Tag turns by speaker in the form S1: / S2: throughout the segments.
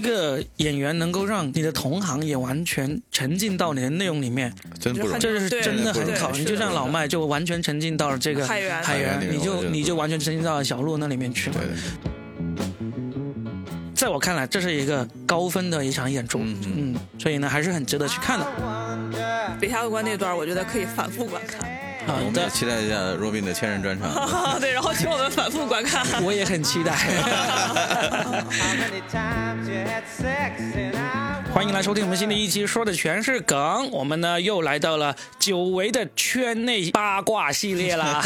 S1: 的演员能够让你的同行也完全沉浸到你的内容里面，
S2: 真不容易。
S1: 这是真的很
S2: 对
S1: 考验。就像老麦就完全沉浸到了这个
S3: 海源
S1: 海
S2: 海
S1: 源，
S2: 源里
S1: 你
S2: 我觉
S1: 就
S2: 得
S1: 你就完全沉浸到了小鹿那里面去了
S2: 对。对，
S1: 在我看来，这是一个高分的一场演出，
S2: 嗯嗯
S1: 嗯，所以呢还是很值得去看的
S3: 北峡关 那段，我觉得可以反复观看。
S1: 啊
S2: 我。们
S1: 但
S2: 也期待一下 Robin 的千人 专场。
S3: 对，然后请我们反复观 看。
S1: 我也很 期待。
S4: How many times you had sex and I
S1: 欢迎来收听我们新的一期，说的全是梗。我们呢又来到了久违的圈内八卦系列啦，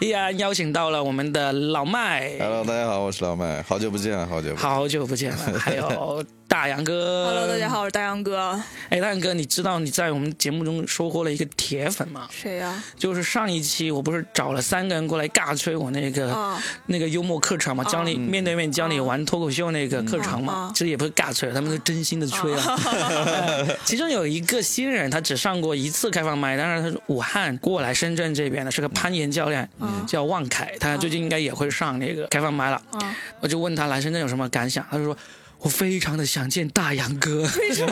S1: 依然邀请到了我们的老麦，
S2: Hello，大家好，我是老麦，好久不见，啊好久不见。
S1: 好久不见了，还有大杨哥。
S3: Hello，大家。好，我是大杨 哥。
S1: 哎，大杨哥，你知道你在我们节目中收获了一个铁粉吗？
S3: 谁呀、
S1: 就是上一期我不是找了三个人过来尬吹我那个、
S3: 啊
S1: 那个幽默课程嘛，教
S2: 嗯
S1: 你、面对面教你玩脱口秀那个课程嘛，
S3: 啊啊
S1: 其实也不是尬吹，他们是真心的吹啊。呃 其中有一个新人，他只上过一次开放麦，但是他是武汉过来深圳这边的，是个攀岩教练，
S3: 嗯
S1: 叫旺凯，他最近应该也会上那个开放麦了。
S3: 啊
S1: 我就问他来深圳有什么感想，他说我非常的想见大杨哥。
S3: 为什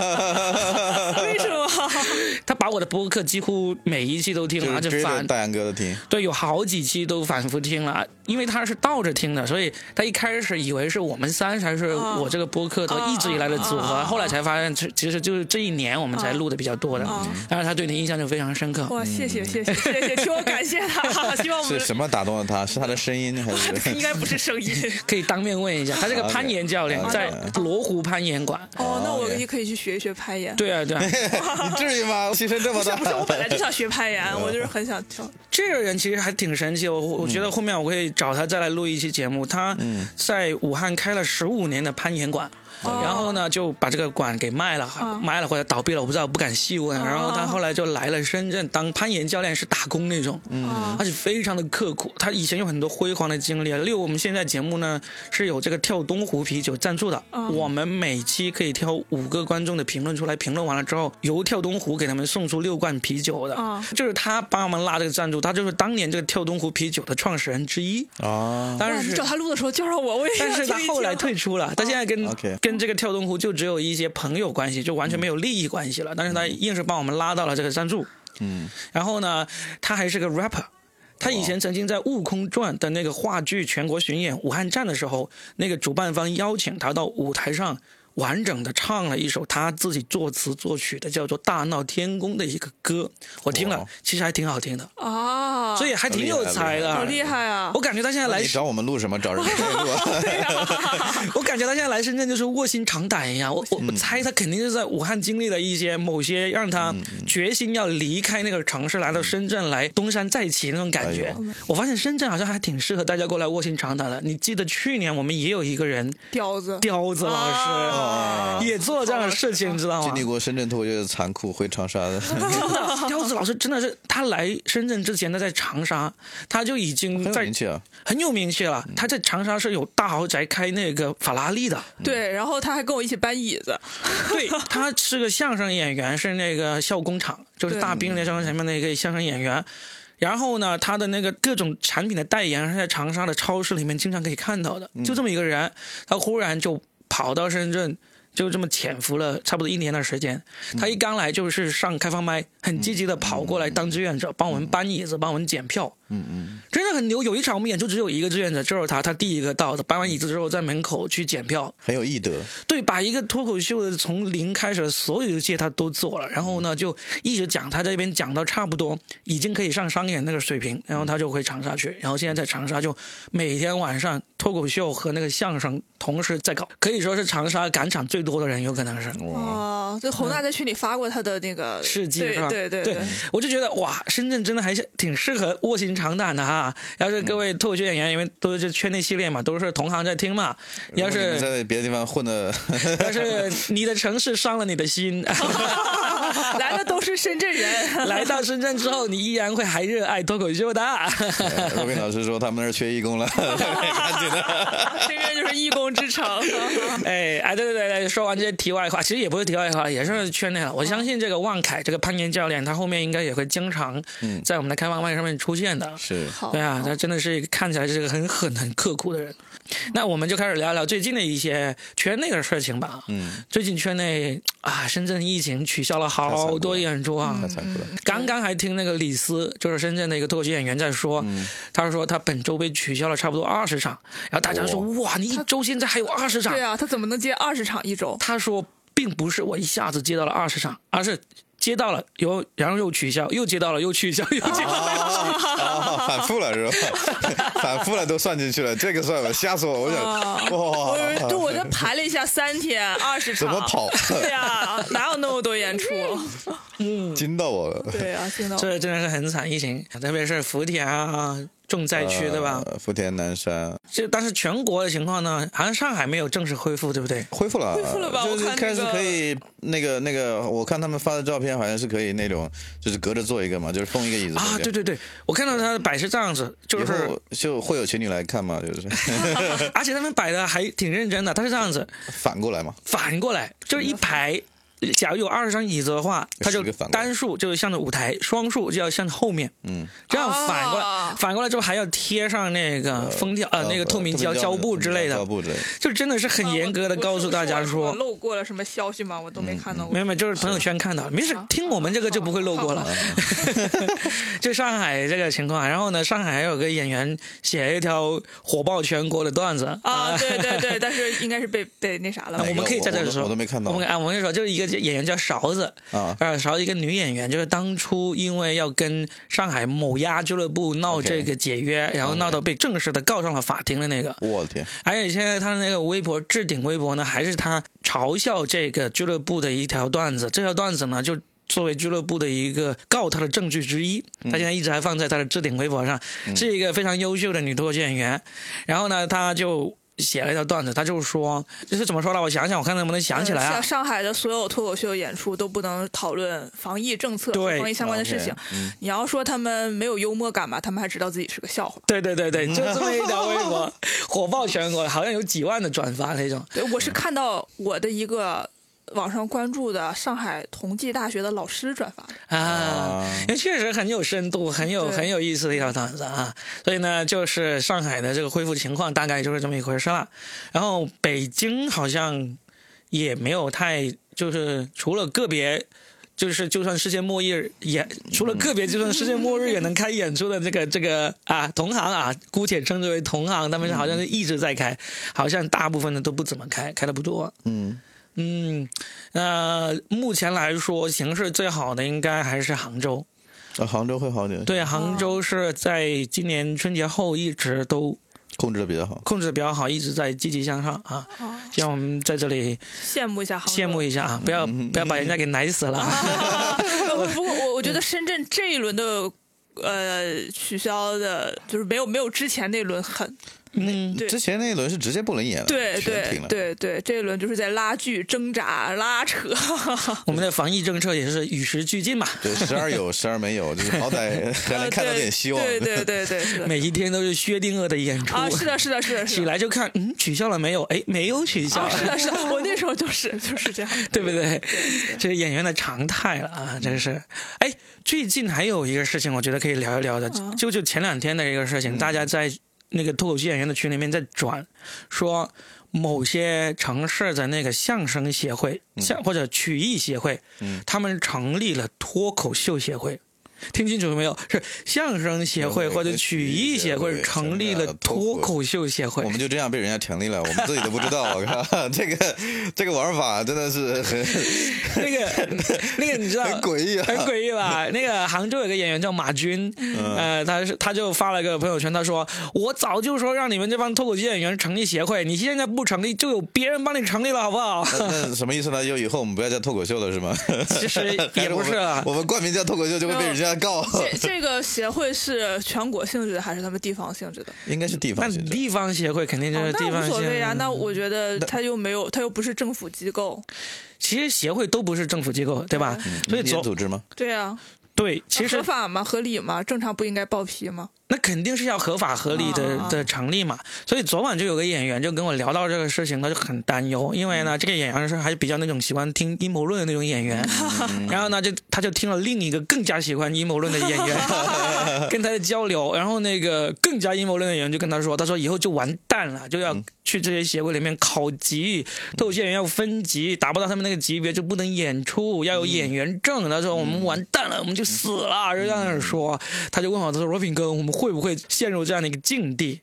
S3: 么？为什么？
S1: 他把我的播客几乎每一期都听
S2: 就
S1: 了，
S2: 是
S1: 而且
S2: 追着
S1: 反
S2: 大杨哥的听，
S1: 对有好几期都反复听了，因为他是倒着听的，所以他一开始以为是我们三才是
S3: 啊
S1: 我这个播客的
S3: 啊
S1: 一直以来的组合，
S3: 啊
S1: 后来才发现其其实就是这一年我们才录的比较多的
S3: 啊，
S1: 但是他对你印象就非常深刻。
S3: 哇，谢谢谢谢谢谢，替我感谢他。 希望我
S2: 是
S3: 们
S2: 什么打动了他？是他的声音还
S3: 应
S2: 是？
S3: 该不是 声音。
S1: 可以当面问一下，他这个
S2: OK，
S1: 攀岩教练
S2: 好的
S1: 在罗湖攀岩馆。
S3: 哦，那我
S2: OK
S3: 也可以去学一学攀岩。
S1: 对啊，对啊，
S2: 你至于吗？牺牲这么
S3: 不是
S2: 大？
S3: 不是，我本来就想学攀岩，
S1: 嗯
S3: 我就是很想跳。
S1: 这个人其实还挺神奇，我我我觉得后面我会找他再来录一期节目。他在武汉开了十五年的攀岩馆，然后呢就把这个馆给卖了，卖了或者倒闭了，我不知道，我不敢细问。然后他后来就来了深圳当攀岩教练，是打工那种，而且非常的刻苦。他以前有很多辉煌的经历，例如我们现在节目呢是有这个跳东湖啤酒赞助的，我们每期可以挑五个观众的评论出来，评论完了之后由跳东湖给他们送出六罐啤酒的。
S3: 嗯
S1: 就是他帮我们拉这个赞助，他就是当年这个跳东湖啤酒的创始人之一。
S2: 啊，
S1: 但
S3: 哎哇你
S1: 是
S3: 找，他录的时候叫上我，我也
S1: 但
S3: 想
S1: 是他
S3: 听一
S1: 后来
S3: 听
S1: 退出了，他现在
S3: 啊
S1: 跟、
S2: OK
S1: 跟这个跳东湖就只有一些朋友关系，就完全没有利益关系了。但是
S3: 嗯
S1: 他硬是帮我们拉到了这个赞助。
S2: 嗯，
S1: 然后呢，他还是个 rapper。他以前曾经在《悟空传》的那个话剧全国巡演武汉站的时候，那个主办方邀请他到舞台上完整的唱了一首他自己作词作曲的叫做《大闹天宫》的一个歌，我听了
S2: 哇
S1: 其实还挺好听的，
S3: 啊，
S1: 所以还挺有才的。
S2: 好
S3: 好厉害 啊
S1: 我！感觉他现在来
S2: 你，找我们录什么？找人可以录 啊。
S1: 我感觉他现在来深圳就是卧薪尝胆一样。我
S2: 嗯
S1: 我我猜他肯定是在武汉经历了一些某些让他
S2: 嗯
S1: 决心要离开那个城市，来到深圳来东山再起那种感觉
S2: 哎。
S1: 我发现深圳好像还挺适合大家过来卧薪尝胆的。你记得去年我们也有一个人，
S3: 彪子，
S1: 刁子老
S2: 啊
S1: 师也做了这样的事情，你知道吗
S2: 经历？过深圳脱口秀的残酷，回长沙 的，
S1: 真的，刁子老师真的是他来深圳之前，他在长沙，他就已经
S2: 很有
S1: 在
S2: 名气啊。
S1: 很有名气了。他在长沙是有大豪宅开那个法拉利的，
S3: 对，然后他还跟我一起搬椅子，
S1: 对他是个相声演员，是那个校工厂，就是
S3: 对
S1: 大兵那相声前面那个相声演员。然后呢，他的那个各种产品的代言是在长沙的超市里面经常可以看到的。就这么一个人，他忽然就跑到深圳，就这么潜伏了差不多一年的时间。他一刚来就是上开放麦，很积极的跑过来当志愿者，帮我们搬椅子，帮我们检票。嗯嗯，真的很牛。有一场我们演出只有一个志愿者，就是他，他第一个到的，搬完椅子之后在门口去检票，
S2: 很有艺德，
S1: 对，把一个脱口秀的从零开始的所有一切他都做了，然后呢就一直讲，他这边讲到差不多已经可以上商演那个水平，然后他就回长沙去，然后现在在长沙就每天晚上脱口秀和那个相声同时在搞，可以说是长沙赶场最多的人，有可能是。
S3: 哦，这洪大在群里发过他的那个
S1: 事迹
S3: 对
S1: 是吧？
S3: 对对
S1: 对，我就觉得哇，深圳真的还是挺适合卧薪尝胆的哈。要是各位脱口秀演员，因为都是这圈内系列嘛，都是同行在听嘛。要
S2: 如果你
S1: 是
S2: 们在别的地方混的，
S1: 要是你的城市伤了你的心，
S3: 来的都是深圳人，
S1: 来到深圳之后，你依然会还热爱脱口秀的。
S2: 若斌老师说他们那儿缺义工 了，赶紧的。
S3: 深圳就是一工之城。
S1: 哎哎，对对对对，说完这些题外话，其实也不是题外话，也是圈内了。我相信这个万凯这个攀岩教练，他后面应该也会经常在我们的开放麦上面出现的。的。
S2: 是
S5: 好，
S1: 对啊，他真的是看起来是个很狠、很刻苦的人。那我们就开始聊聊最近的一些圈内的事情吧。
S2: 嗯，
S1: 最近圈内啊，深圳疫情取消了
S2: 太惨
S1: 好
S2: 了
S1: 多演出啊
S2: 太。残酷了。
S1: 刚刚还听那个李斯，就是深圳的一个脱口秀演员在说，他说他本周被取消了差不多二十场，然后大家说、哇，你一周现在还有二十场
S3: 对，啊，他怎么能接二十场一周？
S1: 他说，并不是我一下子接到了二十场，而是接到了有，然后又取消，又接到了，又取消，又接到了。
S2: 哦，反复了是吧？ 反复了都算进去了，这个算吧，吓死我！我
S1: 啊
S3: 啊我以为
S2: 想，哇，
S3: 对我这排了一下，三天二十
S2: 怎
S3: 场，
S2: 么跑？
S3: 对呀，哪有那么多演出？
S2: 惊到我了。
S3: 对啊，听到
S1: 这真的是很惨，疫情，特别是福田啊、重灾区，对吧？
S2: 呃？福田南山
S1: 这但是全国的情况呢，好像上海没有正式恢复，对不对？
S2: 恢复了，恢
S3: 复了吧
S2: 就
S3: 我
S2: 是
S3: 看
S2: 开
S3: 那
S2: 始
S3: 个
S2: 可以那个那个，我看他们发的照片，好像是可以那种，就是隔着坐一个嘛，就是封一个椅子
S1: 啊，对。对对，我看到他的摆是这样子，
S2: 以
S1: 就是
S2: 后就会有情侣来看嘛，就是
S1: 而且他们摆的还挺认真的，他是这样子，
S2: 反过来嘛，
S1: 反过来就是一排。假如有二十张椅子的话，
S2: 就
S1: 它就是
S2: 个反过来
S1: 单数就是向着舞台，双数就要向着后面。
S2: 嗯，
S1: 这样反过来，
S3: 啊
S1: 反过来之后还要贴上那个封条呃那个透明胶胶布之类
S2: 胶
S1: 的，
S2: 布之类的，
S1: 就真的是很严格的告诉大家
S3: 我
S1: 说，嗯
S3: 漏过了什么消息吗？我都没看到过
S1: 没。有没有，就是朋友圈看到，没事，听我们这个就不会漏过了。
S2: 哦
S1: 就上海这个情况，然后呢，上海还有个演员写了一条火爆全国的段子
S3: 啊，对对对， 但是应该是被被那啥了
S1: 嗯那。啊我们可以在这里
S2: 我
S1: 说，
S2: 我都没看到
S1: 我们啊，我跟你说，就是一个演员叫勺子
S2: 啊
S1: 呃，勺子一个女演员，就是当初因为要跟上海某鸭俱乐部闹
S2: OK
S1: 这个解约，然后闹到被正式的告上了法庭的那个。
S2: 我的天，
S1: 而且现在他的那个微博置顶微博呢，还是他嘲笑这个俱乐部的一条段子。这条段子呢，就作为俱乐部的一个告他的证据之一，他现在一直还放在他的置顶微博上，是一个非常优秀的女脱口秀演员。然后呢，他就。写了一条段子，他就说，就是怎么说呢？我想想，我看能不能想起来啊
S3: 呃像。上海的所有脱口秀演出都不能讨论防疫政策
S1: 对
S3: 和防疫相关的事情
S2: OK，。
S3: 你要说他们没有幽默感吧，他们还知道自己是个笑话。
S1: 对对对对，就这么一条微博，火爆全国，好像有几万的转发那种。
S3: 对，我是看到我的一个网上关注的上海同济大学的老师转发的。
S1: 啊，因为确实很有深度，很有
S3: 对
S1: 很有意思的一条段子啊。所以呢，就是上海的这个恢复情况大概就是这么一回事了。然后北京好像也没有太，就是除了个别。就是，就算世界末日也，除了个别，就算世界末日也能开演出的这个这 个啊，同行啊，姑且称之为同行，他们好像是一直在开，好像大部分的都不怎么开，开的不多。
S2: 嗯，
S1: 嗯，呃，目前来说形势最好的应该还是杭州。
S2: 那啊杭州会好点，，
S1: 对，
S3: 哦
S1: 杭州是在今年春节后一直都
S2: 控制的比较好。
S1: 控制的比较好，一直在积极向上啊。让我们在这里
S3: 羡慕一下杭州，
S1: 羡慕一下啊，不要不要把人家给奶死了啊。
S3: 不不过我我觉得深圳这一轮的呃取消的，就是没有没有之前那轮狠。
S1: 嗯，
S3: 对
S2: 之前那一轮是直接不能演了，
S3: 对
S2: 呃全
S3: 对
S2: 停了。
S3: 对对，这一轮就是在拉锯、挣扎、拉扯。
S1: 我们的防疫政策也是与时俱进嘛，
S2: 对，十二有，十二没有， 就是好歹还 能看到点希望。
S3: 对对对对，是的。
S1: 每一天都是薛定谔的演出。
S3: 啊，是的，是的，是的，是
S1: 起
S3: 的。
S1: 来就看，嗯，取消了没有？哎，没有取消，
S3: 啊，是的，是的，我那时候就是就是 这样。
S1: 对不对？这是演员的常态了啊，真是。哎，最近还有一个事情，我觉得可以聊一聊的，就就前两天的一个事情，大家在那个脱口秀演员的群里面在转，说某些城市的那个相声协会，相或者曲艺协会，他们成立了脱口秀协会。听清楚了没有？是相声协会
S2: 有有
S1: 或者
S2: 有
S1: 曲
S2: 曲
S1: 艺
S2: 艺
S1: 协
S2: 协
S1: 会
S2: 会
S1: 成立
S2: 成立
S1: 了
S2: 了
S1: 脱
S2: 脱
S1: 口秀协会
S2: 我。们就这样被人家成立了，我们自己都不知 道。我靠，这个这个玩法真的是很
S1: 那个那个你知道
S2: 很诡异啊
S1: 很诡异吧？那个杭州有个演员叫马军，
S2: 嗯
S1: 呃，他是他就发了个朋友圈，他说：“我早就说让你们这帮脱口秀演员成立协会，你现在不成立，就有别人帮你成立了，好不 好
S2: 那什么意思呢？就以后我们不要叫脱口秀了是吗？
S1: 其实
S2: 还
S1: 也不
S2: 我
S1: 是
S2: 们
S1: 啊
S2: 我们冠名叫脱口秀就会被人家 告，
S3: 这这个协会是全国性质的还是他们地方性质的？
S2: 应该是地
S1: 那
S2: 方性质。
S1: 地方协会肯定就
S3: 哦
S1: 是地
S3: 那
S1: 方
S3: 无
S1: 协
S3: 所
S1: 会
S3: 谓啊，那我觉得他又没有，他又不是政府机构。
S1: 其实协会都不是政府机构，对
S3: 嗯
S1: 吧？所以
S2: 嗯民间
S1: 昨
S2: 组织吗？
S3: 对啊，
S1: 对，其实
S3: 合法吗？合理吗？正常不应该报批吗？
S1: 那肯定是要合法合理
S3: 哦
S1: 的的成立嘛。所以昨晚就有个演员就跟我聊到这个事情，他就很担忧，因为
S3: 嗯
S1: 呢，这个演员是还是比较那种喜欢听阴谋论的那种演员，然后呢，就他就听了另一个更加喜欢阴谋论的演员跟他的交流，然后那个更加阴谋论的演员就跟他说，他说哎以后就完蛋了，就要去这些协会里面考级，脱口秀演员要分级，达不到他们那个级别就不能演出，要有演员证。他说我们完蛋了，我们就死了，就这样说。他就问我，他说罗平哥，我们会不会陷入这样的一个境地？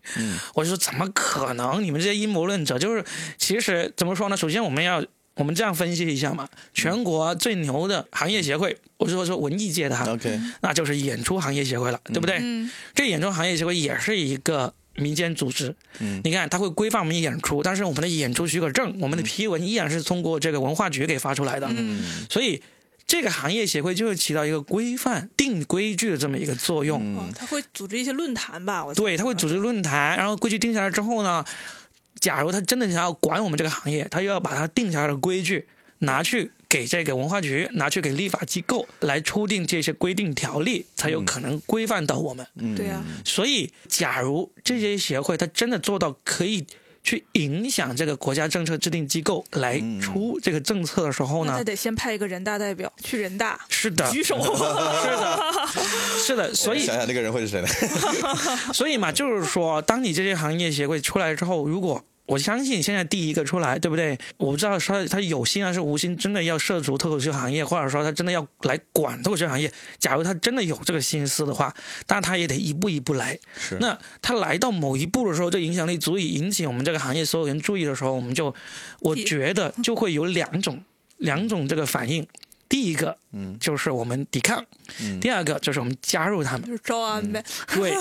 S1: 我就说怎么可能？你们这些阴谋论者，就是其实怎么说呢？首先我们要。我们这样分析一下嘛，全国最牛的行业协会，我是说说文艺界的哈，
S2: 嗯 OK，
S1: 那就是演出行业协会了，对不对？
S3: 嗯
S1: 这演出行业协会也是一个民间组织，
S2: 嗯
S1: 你看它会规范我们演出，但是我们的演出许可证、我们的批文依然是通过这个文化局给发出来的，
S3: 嗯
S1: 所以这个行业协会就是起到一个规范、定规矩的这么一个作用。
S3: 哦，他会组织一些论坛吧？我
S1: 对，他会组
S3: 织
S1: 织论坛，然后规矩定下来之后呢，假如他真的想要管我们这个行业，他又要把他定下来的规矩拿去给这个文化局，拿去给立法机构来出定这些规定条例，才有可能规范到我们。
S2: 嗯
S3: 对呀、
S1: 所以，假如这些协会它真的做到可以去影响这个国家政策制定机构来出这个政策的时候
S3: 那
S1: 呢
S3: 他，得先派一个人大代表去人大
S1: 是的，
S3: 举手。
S1: 是的，是的，所以
S2: 想想那个人会是谁呢？
S1: 所以嘛，就是说，当你这些行业协会出来之后，如果我相信现在第一个出来，对不对？我不知道他他有心啊还是无心，真的要涉足脱口秀行业，或者说他真的要来管脱口秀行业。假如他真的有这个心思的话，但他也得一步一步来。
S2: 是
S1: 那他来到某一步的时候，这影响力足以引起我们这个行业所有人注意的时候，我们就我觉得就会有两 种两种这个反应。第一个，
S2: 嗯，
S1: 就是我们抵抗；
S2: 嗯
S1: 第二个就是我们加入他们
S3: 就。是招安呗。
S1: 嗯对，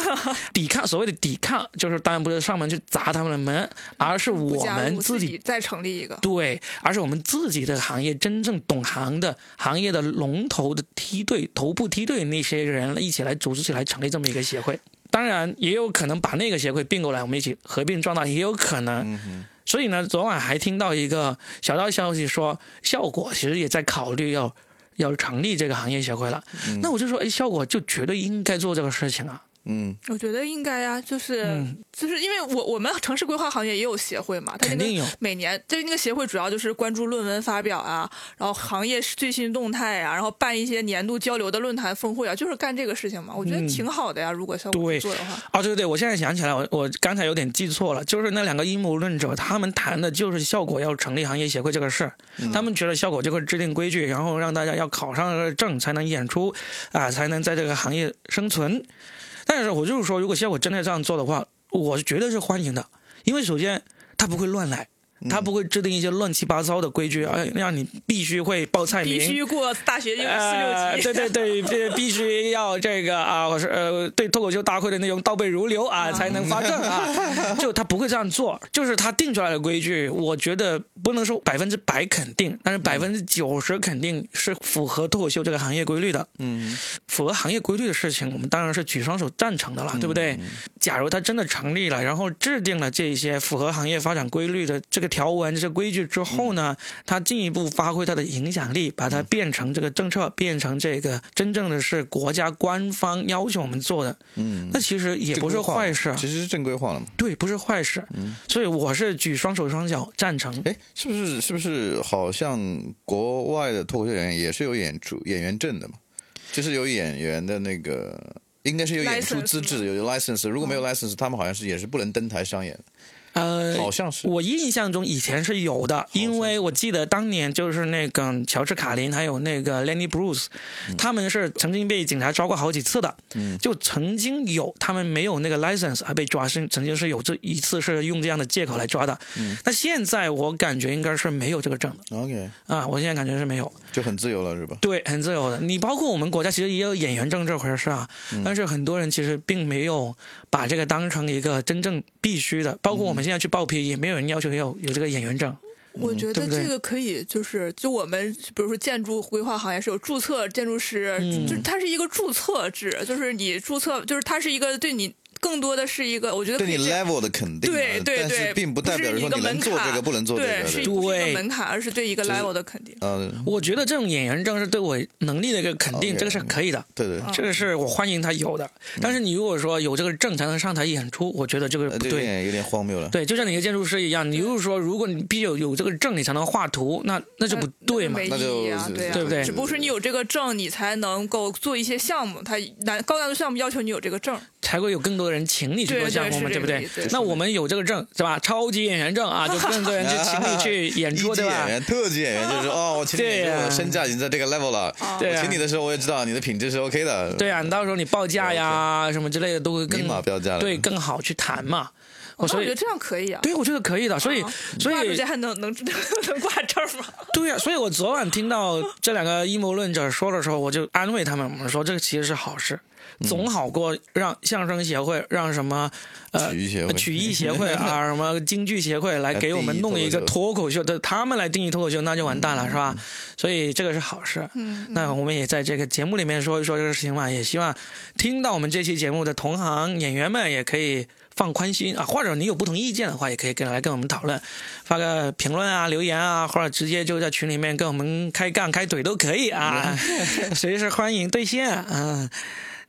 S1: 抵抗所谓的抵抗，就是当然不是上门去砸他们的门，而是
S3: 不
S1: 我
S3: 加
S1: 们
S3: 入
S1: 自己
S3: 己再成立一个。
S1: 对，而是我们自己的行业真正懂行的行业的龙头的梯队、头部梯队那些人一起来组织起来成立这么一个协会。当然，也有可能把那个协会并过来，我们一起合并壮大，也有可能。
S2: 嗯
S1: 所以呢，昨晚还听到一个小道消息说，效果其实也在考虑要要成立这个行业协会了。那我就说，哎，效果就绝对应该做这个事情啊。
S2: 嗯，
S3: 我觉得应该呀、就是、
S1: 嗯
S3: 就是因为我我们城市规划行业也有协会嘛，它那
S1: 肯
S3: 个
S1: 定有
S3: 每年就是那个协会主要就是关注论文发表啊，然后行业最新动态啊，然后办一些年度交流的论坛峰会啊，就是干这个事情嘛。我觉得
S1: 嗯
S3: 挺好的呀，如果效果
S1: 对
S3: 去做的话，
S1: 哦，对对对，我现在想起来，我我刚才有点记错了，就是那两个阴谋论者，他们谈的就是效果要成立行业协会这个事儿，
S2: 嗯
S3: 嗯
S1: 他们觉得效果就会制定规矩，然后让大家要考上这个证才能演出，啊、才能在这个行业生存。但是我就是说，如果效果真的这样做的话，我绝对是欢迎的，因为首先他不会乱来。
S2: 嗯
S1: 他
S3: 嗯
S1: 不会制定一些乱七八糟的规矩，哎，让你必须会报菜名，
S3: 必须过大学 英语四
S1: 呃，
S3: 六级。
S1: 对对对，必必须要这个啊，我是呃，对脱口秀大会的内容倒背如流啊，才能发证 啊。就他不会这样做，就是他定出来的规矩，我觉得不能说百分之百肯定，但是百分之九十肯定是符合脱口秀这个行业规律的。
S2: 嗯，
S1: 符合行业规律的事情，我们当然是举双手赞成
S2: 嗯
S3: 啊
S1: 的啦，对不对？假如它真的成立了，然后制定了这些符合行业发展规律的这个条文、这些规矩之后呢，它进一步发挥它的影响力，把它变成这个政策，变成这个真正的是国家官方要求我们做的，
S2: 嗯，
S1: 那其实也不是坏事啊，嗯
S2: 其实是正规化了嘛。
S1: 对，不是坏事。所以我是举双手双脚赞成。
S2: 哎，是不是是不是好像国外的脱口秀演员也是有演出演员证的嘛？就是有演员的那个，应该是有演出
S3: License 嗯
S2: 资质，有有 license。如果没有 license，他们好像是也是不能登台商演的，
S1: 呃，
S2: 好像
S3: 嗯
S2: 是。
S1: 我印象中以前哦是有的，因为我记得当年就是那个乔治卡林还有那个 Lenny Bruce，、他们是曾经被警察抓过好几次的，就曾经有他们没有那个 license 还被抓，是曾经是有这一次是用这样的借口来抓的。那现在我感觉应该是没有这个证的
S2: OK，
S1: 啊，我现在感觉是没有。
S2: 就很自由了，是吧？
S1: 对，很自由的。你包括我们国家其实也有演员证这回事啊，
S2: 嗯
S1: 但是很多人其实并没有把这个当成一个真正必须的。包括我们现在去报批，也没有人要求要有这个演员证。
S3: 我
S1: 对
S3: 觉得
S1: 不对
S3: 这个可以，就是就我们比如说建筑规划行业是有注册建筑师，就是它是一个注册制，就是你注册，就是它是一个对你更多的是一个，我觉得
S2: 对
S3: 可以
S2: 你
S3: 这样
S2: level 的肯定啊，
S3: 对对
S2: 但是
S3: 对，
S2: 并不代表
S3: 是
S2: 着
S3: 一
S2: 说
S3: 个
S2: 你能
S3: 门
S2: 做这个
S3: 槛
S2: 不能做这
S3: 对，
S2: 个，
S3: 是
S2: 对
S1: 对
S3: 不是一
S1: 对
S3: 个门槛，而是对一个
S2: 是
S3: level 的肯定。
S2: 嗯，哦
S1: 我觉得这种演员证是对我能力的一个肯定
S2: OK，
S1: 这个是可以的，
S2: 对对，
S3: 嗯
S2: 对
S1: 这个是我欢迎他有的。
S2: 嗯
S1: 但是你如果说有这个证才能上台演出，我觉得这个
S2: 呃
S1: 不对。
S2: 这个有点有点荒谬了。
S1: 对，就像你一个建筑师一样，你就是说，如果你必须有有这个证，你才能画图，那呃那就不对嘛
S3: 没。
S2: 那就
S3: 意义啊，
S2: 是
S3: 对啊，
S1: 对不对
S3: 只不过是你有这个证，你才能够做一些项目。它难高难度项目要求你有这个证，
S1: 才会有更多的人请你去
S3: 对
S1: 做
S3: 对
S1: 项目嘛，对
S3: 是这
S1: 不
S3: 个
S1: 对
S3: 意思？
S1: 那我们有这个证 是吧？超级演员证啊，就更多人去请你去演
S2: 一
S1: 出，
S2: 级
S1: 对
S2: 演
S1: 吧？
S2: 员、特级演员就是哦，我请你，
S1: 对
S2: 演
S1: 呀
S2: 出，我身价已经在这个 level 了。
S3: 哦
S1: 对
S2: 我
S1: 啊
S2: 请你的时候，我也知道你的品质是 OK 的。
S1: 对啊，你到时候你报价呀什么之类的都会更
S2: 明码标价了
S1: 对更好去谈嘛。我
S3: 哦那
S1: 所
S3: 我
S1: 以
S3: 觉得这哦样可以啊。
S1: 对我觉得可以的，所以所
S3: 挂出
S1: 以
S3: 去还能能 能挂证吗？
S1: 对啊呀、所以我昨晚听到这两个阴谋论者说的时候，我就安慰他们，我说这个其实是好事，总好过让相声协会、让什么呃
S2: 曲艺协会
S1: 曲艺协会 啊、什么京剧协会来给我们弄一个脱口嗯秀，对他们来定义脱口秀，那就完蛋了，是吧？所以这个是好事。嗯，那我们也在这个节目里面说一说这个事情嘛，也希望听到我们这期节目的同行演员们也可以。放宽心啊，或者你有不同意见的话，也可以跟来跟我们讨论。发个评论啊、留言啊，或者直接就在群里面跟我们开杠、开怼都可以啊， 随时欢迎兑现啊。嗯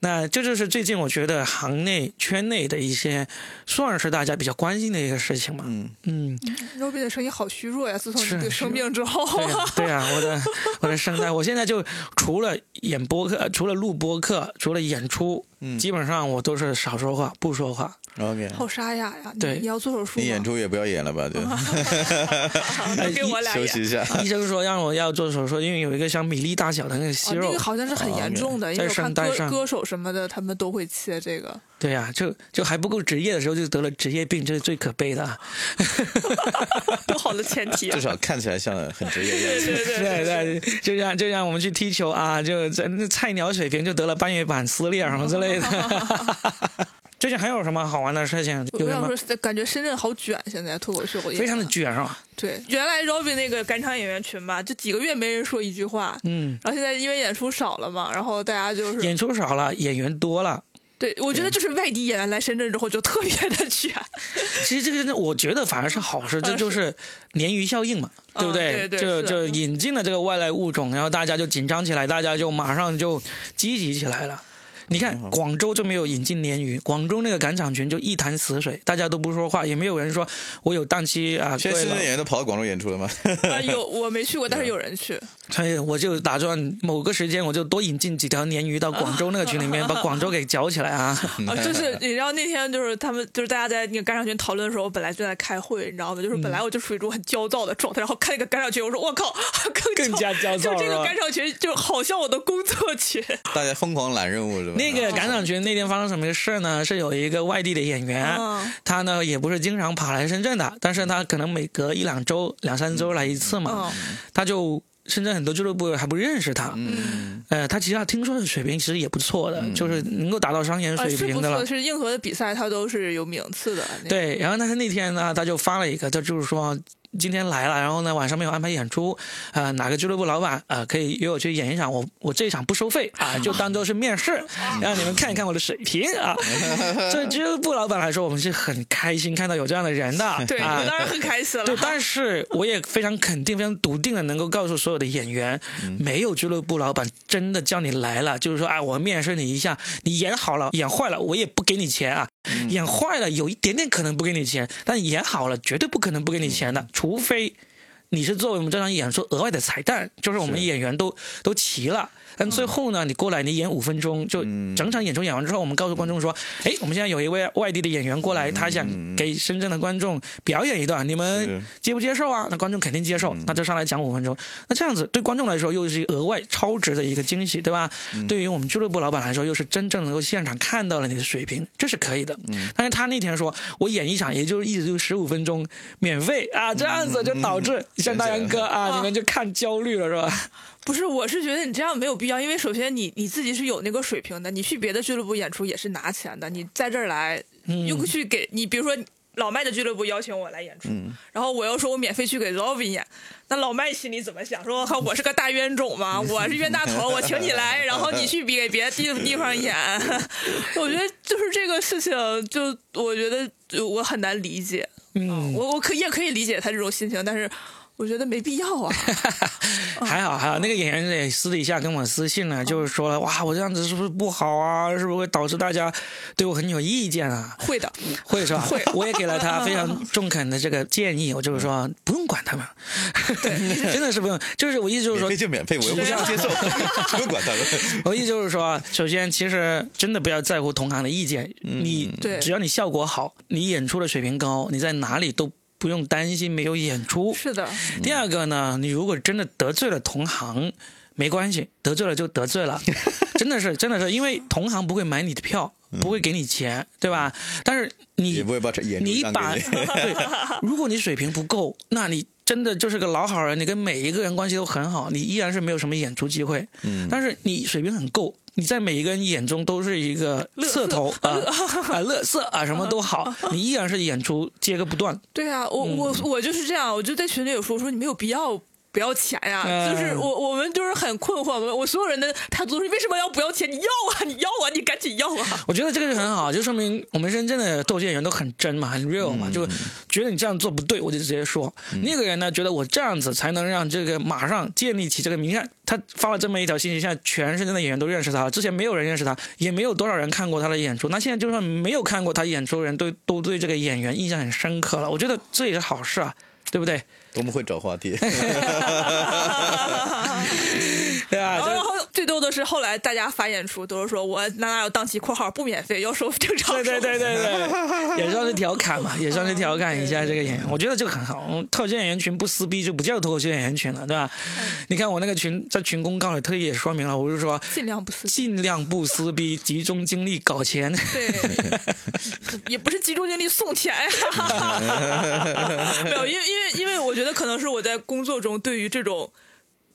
S1: 那这就是最近我觉得行内圈内的一些，算是大家比较关心的一个事情嘛。
S2: 嗯
S1: 嗯，
S3: 肉饼的声音好虚弱呀，自从
S1: 是
S3: 你生病之后，
S1: 对呀、嗯对呀、我的我的声带，我现在就除了演播客、呃除了录播客、除了演出，
S2: 嗯
S1: 基本上我都是少说话、不说话。
S2: ，OK。
S3: 好沙哑呀。你
S1: 对
S3: 你要做手术吗，
S2: 你演出也不要演了吧，对，
S1: 哎
S3: 那 给我俩
S2: 休
S3: 演。
S2: 息一下。
S1: 医生说让我要做手术，因为有一个像米粒大小啊的那个
S3: 哦
S1: 息，
S3: 那
S1: 肉
S3: 个，好像是很严重的，因为我
S1: 在声
S3: 看
S1: 带
S3: 歌
S1: 上
S3: 歌手什么的，他们都会切这 个。
S1: 对呀、就就还不够职业的时候就得了职业病，这是最可悲的。啊
S3: 多好的前 提啊
S2: 至！少看起来像很职业的样子。
S3: 对对
S1: 对对，就像就像我们去踢球啊，就在那菜鸟水平就得了半月板撕裂什么之类的。最近还有什么好玩的事情？有
S3: 我
S1: 什
S3: 想
S1: 么
S3: 说，感觉深圳好卷，现在脱口秀也啊
S1: 非常的卷是吧？
S3: 对。原来 Robin 那个赶场演员群吧，就几个月没人说一句话，
S1: 嗯，
S3: 然后现在因为演出少了嘛，然后大家就是
S1: 演出少了，演员多了。
S3: 对，我觉得就是外地演员来深圳之后就特别的 卷，
S1: 其实这个真的我觉得反而是好事，
S3: 是
S1: 这就是鲶鱼效应嘛，
S3: 嗯
S1: 对不
S3: 对对
S1: 就是就引进了这个外来物种，然后大家就紧张起来，大家就马上就积极起来了。你看广州就没有引进鲶鱼，广州那个赶场群就一潭死水，大家都不说话，也没有人说我有档期啊。
S2: 现在
S1: 对
S2: 深
S1: 了
S2: 圳演员都跑到广州演出了吗？
S3: 啊有我没去过，但是有人去，
S1: 所以哎我就打算某个时间，我就多引进几条鲶鱼到广州那个群里 面，把广州给搅起来啊！
S3: 啊，就是你知道那天就是他们就是大家在那个赶场群讨论的时候，我本来正在开会，你知道吗？
S1: 嗯
S3: 就是本来我就处于一种很焦躁的状态，然后看那个赶场群，我说我靠，更
S1: 更加焦躁
S3: 就这
S1: 是吧
S3: 个赶场群就好像我的工作 群，
S2: 大家疯狂揽任务是吧？嗯
S1: 那个
S3: 嗯
S1: 赶场群那天发生什么事呢？是有一个外地的演员，
S3: 嗯
S1: 他呢也不是经常跑来深圳的，但是他可能每隔一两周、两三周来一次嘛，
S3: 嗯，
S1: 他就深圳很多俱乐部还不认识他。
S2: 嗯，
S1: 呃，他其实他听说的水平其实也不错的，就是能够达到商演
S3: 啊，
S1: 水
S3: 是不
S1: 平
S3: 错
S1: 的了。
S3: 是硬核的比赛，它都是有名次的。那个，
S1: 对，然后但是那天呢，他就发了一个，他就是说今天来了，然后呢晚上没有安排演出，呃，哪个俱乐部老板呃可以约我去演一场，我我这一场不收费啊、就当做是面试，
S3: 啊
S1: 让你们看一看我的水平 啊。这俱乐部老板来说，我们是很开心看到有这样的人的，
S3: 对，
S1: 啊
S3: 我。当然很开心了。
S1: 对，但是我也非常肯定、非常笃定的能够告诉所有的演员，没有俱乐部老板真的叫你来了，就是说，哎，我面试你一下，你演好了，演坏了，我也不给你钱啊。演坏了有一点点可能不给你钱，但演好了绝对不可能不给你钱的，除非。你是作为我们这场演出额外的彩蛋，就是我们演员都都齐了，但最后呢，你过来你演五分钟，就整场演出演完之后，我们告诉观众说，哎，我们现在有一位外地的演员过来，他想给深圳的观众表演一段，你们
S2: 是
S1: 接不接受啊？那观众肯定接受，那就上来讲五分钟。那这样子对观众来说又是额外超值的一个惊喜，对吧？对于我们俱乐部老板来说，又是真正能够现场看到了你的水平，这是可以的。但是他那天说，我演一场，也就是一直就十五分钟，免费啊，这样子就导致像大杨哥啊，你们就看焦虑了，是吧？
S3: 不是，我是觉得你这样没有必要，因为首先你你自己是有那个水平的，你去别的俱乐部演出也是拿钱的，你在这儿来，又去给你，比如说老麦的俱乐部邀请我来演出，然后我又说我免费去给 Robin 演，那老麦心里怎么想？说我是个大冤种嘛，我是冤大头，我请你来，然后你去比给别的地地方演。我觉得就是这个事情，就我觉得就我很难理解，
S1: 嗯，
S3: 我我可也可以理解他这种心情，但是我觉得没必要啊。
S1: 还好还好，那个演员也私底下跟我私信了，就是说了，哇，我这样子是不是不好啊？是不是会导致大家对我很有意见啊？
S3: 会的，
S1: 会是吧？
S3: 会
S1: 我也给了 他非常中肯的这个建议，我就是说不用管他们， 真的是不用。就是我意思就是
S2: 免
S1: 说
S2: 费，就免费，我又不想接受，
S1: 啊
S2: 不用管他们。
S1: 我意思就是说，首先其实真的不要在乎同行的意见，
S2: 嗯
S1: 你
S3: 对
S1: 只要你效果好，你演出的水平高，你在哪里都不用担心没有演出。
S3: 是的，
S2: 嗯
S1: 第二个呢，你如果真的得罪了同行，没关系，得罪了就得 罪了，真的是真的是，因为同行不会买你的票，不会给你钱，对吧？但是你
S2: 也不会把这演
S1: 你
S2: 出让
S1: 把
S2: 给你。
S1: 对，如果你水平不够，那你真的就是个老好人，你跟每一个人关系都很好，你依然是没有什么演出机会。
S2: 嗯
S1: 但是你水平很够，你在每一个人眼中都是一个色头 啊啊，乐色啊，什么都好，你依然是演出接个不断。
S3: 对啊，我、
S1: 嗯
S3: 我我就是这样，我就在群里有说，我说你没有必要。不要钱呀、
S1: 嗯
S3: 就是我我们就是很困惑，我我所有人的态度都是为什么要不要钱？你要啊，你要啊，你赶紧要 啊！
S1: 我觉得这个是很好，就说明我们深圳的斗技演员都很真嘛，很 real 嘛，就觉得你这样做不对，我就直接说。那个人呢，觉得我这样子才能让这个马上建立起这个名。你看他发了这么一条信息，现在全深圳的演员都认识他了，之前没有人认识他，也没有多少人看过他的演出。那现在就算没有看过他演出的人都都对这个演员印象很深刻了，我觉得这也是好事啊，对不对？
S2: 多么会找话题，
S1: 对啊，
S3: 然后
S1: 这
S3: 然后最逗的是，后来大家发演出都是说我哪哪有档期（括号不免费），要收正常 收。
S1: 对对对对对， 嗯也算是调侃嘛，也算是调侃一下这个演员，我觉得这个很好。嗯脱口秀演员群不撕逼就不叫脱口秀演员群了，对吧？你看我那个群在群公告里特意也说明了，我就说
S3: 尽量不撕逼。
S1: 尽量不撕逼，集中精力搞钱。
S3: 对，也不是集中精力送钱呀。没有，因为因为因为我觉得可能是我在工作中对于这种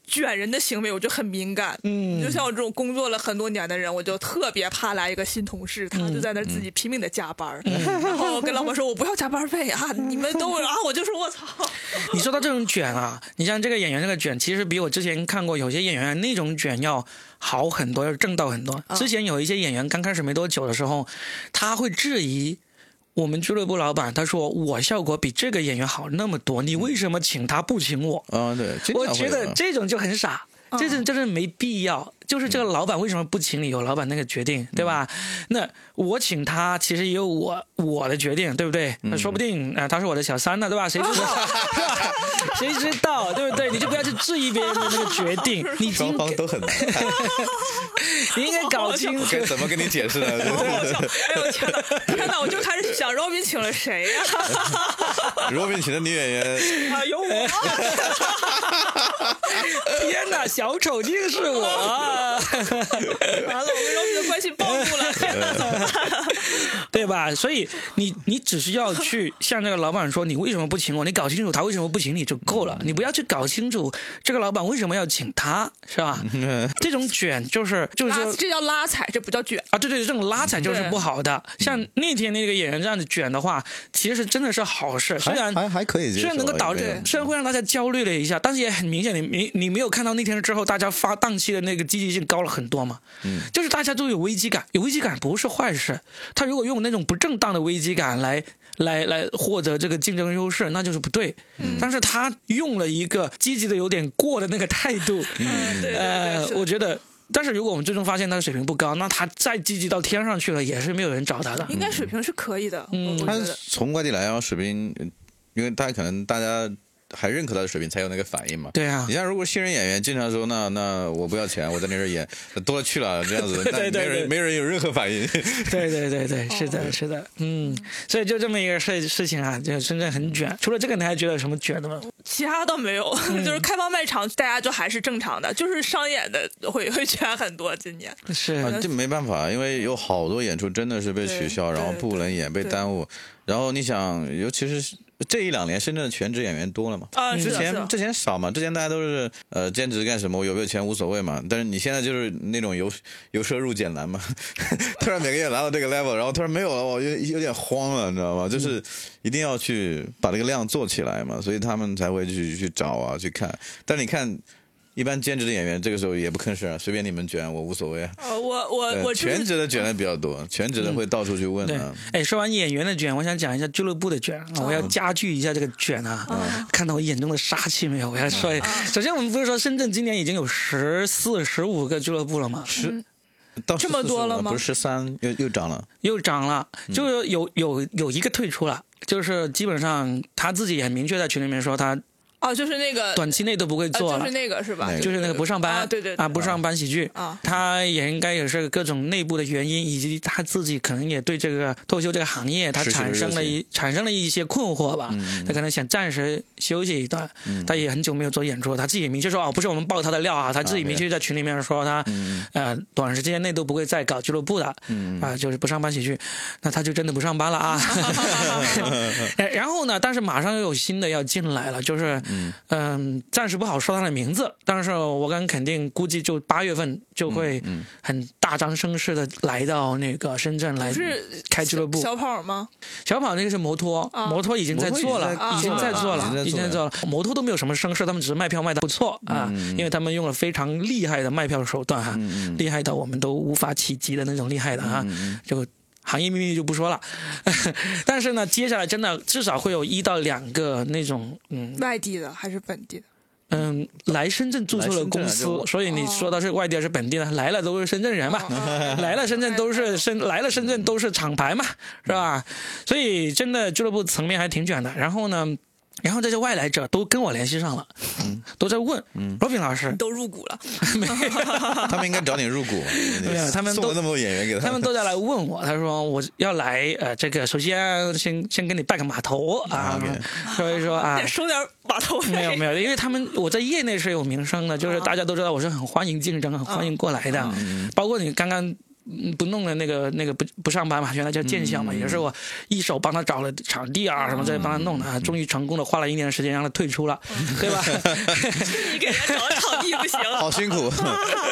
S3: 卷人的行为，我就很敏感。嗯，就像我这种工作了很多年的人，我就特别怕来一个新同事，他就在那儿自己拼命的加班儿，
S1: 嗯
S3: 然后我跟老板说我不要加班费啊，你们都啊，我就说我操，
S1: 你说到这种卷啊，你像这个演员这个卷，其实比我之前看过有些演员那种卷要好很多，要正道很多。之前有一些演员刚开始没多久的时候，他会质疑。我们俱乐部老板他说我效果比这个演员好那么多，你为什么请他不请我？
S2: 啊，对，经常会
S1: 我觉
S2: 有
S1: 得
S2: 啊
S1: 这种就很傻，这种就是没必要。就是
S2: 嗯
S1: 这个老板为什么不请你？有老板那个决定，对吧？那我请他，其实也有我我的决定，对不对？那
S2: 嗯
S1: 说不定啊、呃他是我的小三呢，对吧？谁知道？ 谁知道，对不对？你就不要去质疑别人的那个决定，你应
S2: 双方都很难看，
S1: 你应该搞清楚
S2: 该。怎么跟你解释呢？
S3: 哎呦天哪，天哪，我就开始想 Robin 请了谁呀、
S2: 罗宾请的女演 员，
S3: 啊？有我。
S1: 天哪，小丑竟是我，啊
S3: 完了，我跟老子的关系暴露了。
S1: 对吧？所以你你只需要去向这个老板说你为什么不请我，你搞清楚他为什么不请你就够了，你不要去搞清楚这个老板为什么要请他，是吧？这种卷就是就是
S3: 拉
S1: 说
S3: 啊这叫拉踩，这不叫卷。
S1: 啊，对对，这种拉踩就是不好的。像那天那个演员这样子卷的话，其实真的是好事，虽然
S2: 还还还可以接受，
S1: 虽然能够导
S2: 应
S1: 致
S2: 该，
S1: 虽然会让大家焦虑了一下，但是也很明显，你你你没有看到那天之后，大家发档期的那个积极性高了很多嘛。嗯，就是大家都有危机感，有危机感不是坏事。他如果用那种不正当的危机感来来来获得这个竞争优势，那就是不对。嗯，但是他用了一个积极的有点过的那个态度，
S3: 嗯， 对
S1: 呃，我觉得。但是如果我们最终发现他的水平不高，那他再积极到天上去了，也是没有人找他的。
S3: 应该水平是可以的。嗯，我觉
S2: 他
S3: 得
S2: 从外地来，然后水平，呃因为他可能大家还认可他的水平，才有那个反应嘛。
S1: 对啊
S2: 你，像如果新人演员经常说那那我不要钱，我在那边演多了去了这样子，
S1: 对对
S2: 那没
S1: 对
S2: 人没人有任何反应。
S1: 对对对对，是的，是的，嗯，所以就这么一个事事情啊，就深圳很卷。除了这个，你还觉得有什么卷的吗？
S3: 其他倒没有，
S1: 嗯
S3: 就是开放卖场，大家就还是正常的，就是商演的会会卷很多。今年
S1: 是
S2: 啊，这没办法，因为有好多演出真的是被取消，
S3: 对
S2: 然后不能演，被耽误。然后你想，尤其是这一两年深圳的全职演员多了嘛？
S3: 啊，是
S2: 之
S3: 的是的
S2: 前之前少嘛，之前大家都是呃兼职干什么，我有没有钱无所谓嘛。但是你现在就是那种由由奢入俭难嘛， 突然每个月拿到这个 level，然后突然没有了，我有有点慌了，你知道吗？
S3: 嗯
S2: 就是一定要去把这个量做起来嘛，所以他们才会去去找啊去看。但是你看，一般兼职的演员这个时候也不吭声啊，随便你们卷，我无所谓啊。
S3: 呃，我我
S2: 呃
S3: 我就
S2: 全
S3: 是
S2: 职的卷的比 较多，全职的会到处去问
S1: 对
S3: 嗯
S2: 啊。，
S1: 哎，说完演员的卷，我想讲一下俱乐部的卷啊，我要加剧一下这个卷啊。
S3: 嗯
S1: 看到我眼中的杀气没有？我要说一，首先我们不是说深圳今年已经有十四、十五个俱乐部了吗？
S2: 十
S1: 嗯
S2: 到
S3: 这么
S2: 14
S3: 多了
S2: 15
S3: 吗
S2: 不是十三，又又涨了。
S1: 又涨了，
S3: 嗯
S1: 就是有有有一个退出了，就是基本上他自己也很明确在群里面说，他
S3: 哦，就是那个
S1: 短期内都不会
S3: 呃
S1: 做
S3: 就
S1: 了
S3: 是。那个是吧
S2: 哪？个
S1: 就是那个不上班，
S3: 啊对对对
S1: 啊，不上班喜剧
S3: 啊
S1: 他也应该也是各种内部的原因，以及他自己可能也对这个脱口秀这个行业，他
S2: 失去了
S1: 产生了一产生了一些困惑吧，他可能想暂时休息一段，他也很久没有做演出，他自己明确说哦，不是我们爆他的料啊，他自己
S2: 啊
S1: 明确在群里面说他，呃，短时间内都不会再搞俱乐部的，
S2: 嗯
S1: 啊，就是不上班喜剧，那他就真的不上班了 啊。 哎然后呢，但是马上又有新的要进来了，就是，嗯、暂时不好说他的名字，但是我敢肯定，估计就八月份就会
S2: 嗯
S1: 很大张声势的来到那个深圳来
S3: 不是
S1: 开 俱乐部。
S3: 小跑吗？
S1: 小跑那个是摩托，
S3: 啊
S1: 摩托已经在做了，
S3: 摩托
S1: 已
S3: 已经
S1: 经
S3: 在
S1: 在做
S2: 啊
S1: 了，已经在做了。摩托都没有什么声势，他们只是卖票卖的不错啊，因为他们用了非常厉害的卖票手段哈，厉害到我们都无法企及的那种厉害的哈，就。行业秘密就不说了， 但是呢，接下来真的至少会有一到两个那种，嗯
S3: 外地的还是本地的？
S1: 嗯，来深圳注册了公
S2: 来深圳啊
S1: 司
S2: 就，
S1: 所以你说到是外地还是本地的，来了都是深圳人嘛，
S3: 哦
S1: 来了深圳都是深，来了深圳都是厂牌嘛，是吧？所以真的俱乐部层面还挺卷的。然后呢，然后这些外来者都跟我联系上了，都在问罗宾老师，
S3: 都入股了，
S1: 没有
S2: 他们应该找你 入股，
S1: 没有他们
S2: 送了
S1: 都
S2: 那么多演员给
S1: 他们都在来问我，他说我要来，呃，这个首先先先跟你拜个码头啊
S2: OK，
S1: 所以说啊
S3: 得。收点码头费。
S1: 没有没有，因为他们我在业内是有名声的，就是大家都知道我是很欢迎竞争、很欢迎过来的，包括你刚刚。嗯不弄的那个那个不不上班嘛，原来叫建校嘛，也是我一手帮他找了场地啊什么，再帮他弄的啊，终于成功的花了一年的时间让他退出了，对吧？
S3: 你给人家找个场地 不行，
S2: 好辛苦，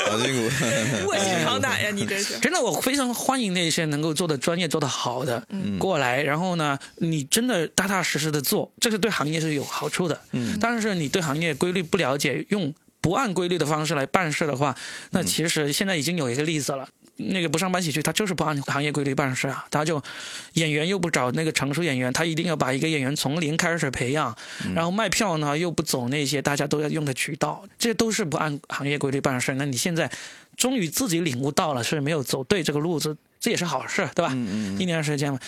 S2: 好辛苦。
S3: 卧薪尝胆呀，你真 是。
S1: 真的，我非常欢迎那些能够做的专业、做的好的、过来，然后呢，你真的踏踏实实的做，这是对行业是有好处的。嗯，但是你对行业规律不了解，用不按规律的方式来办事的话，那其实现在已经有一个例子了。那个不上班喜剧，他就是不按行业规律办事啊，他就演员又不找那个成熟演员，他一定要把一个演员从零开始培养，然后卖票呢又不走那些大家都要用的渠道，这都是不按行业规律办事。那你现在终于自己领悟到了是没有走对这个路子，这也是好事，对吧？一年时间嘛。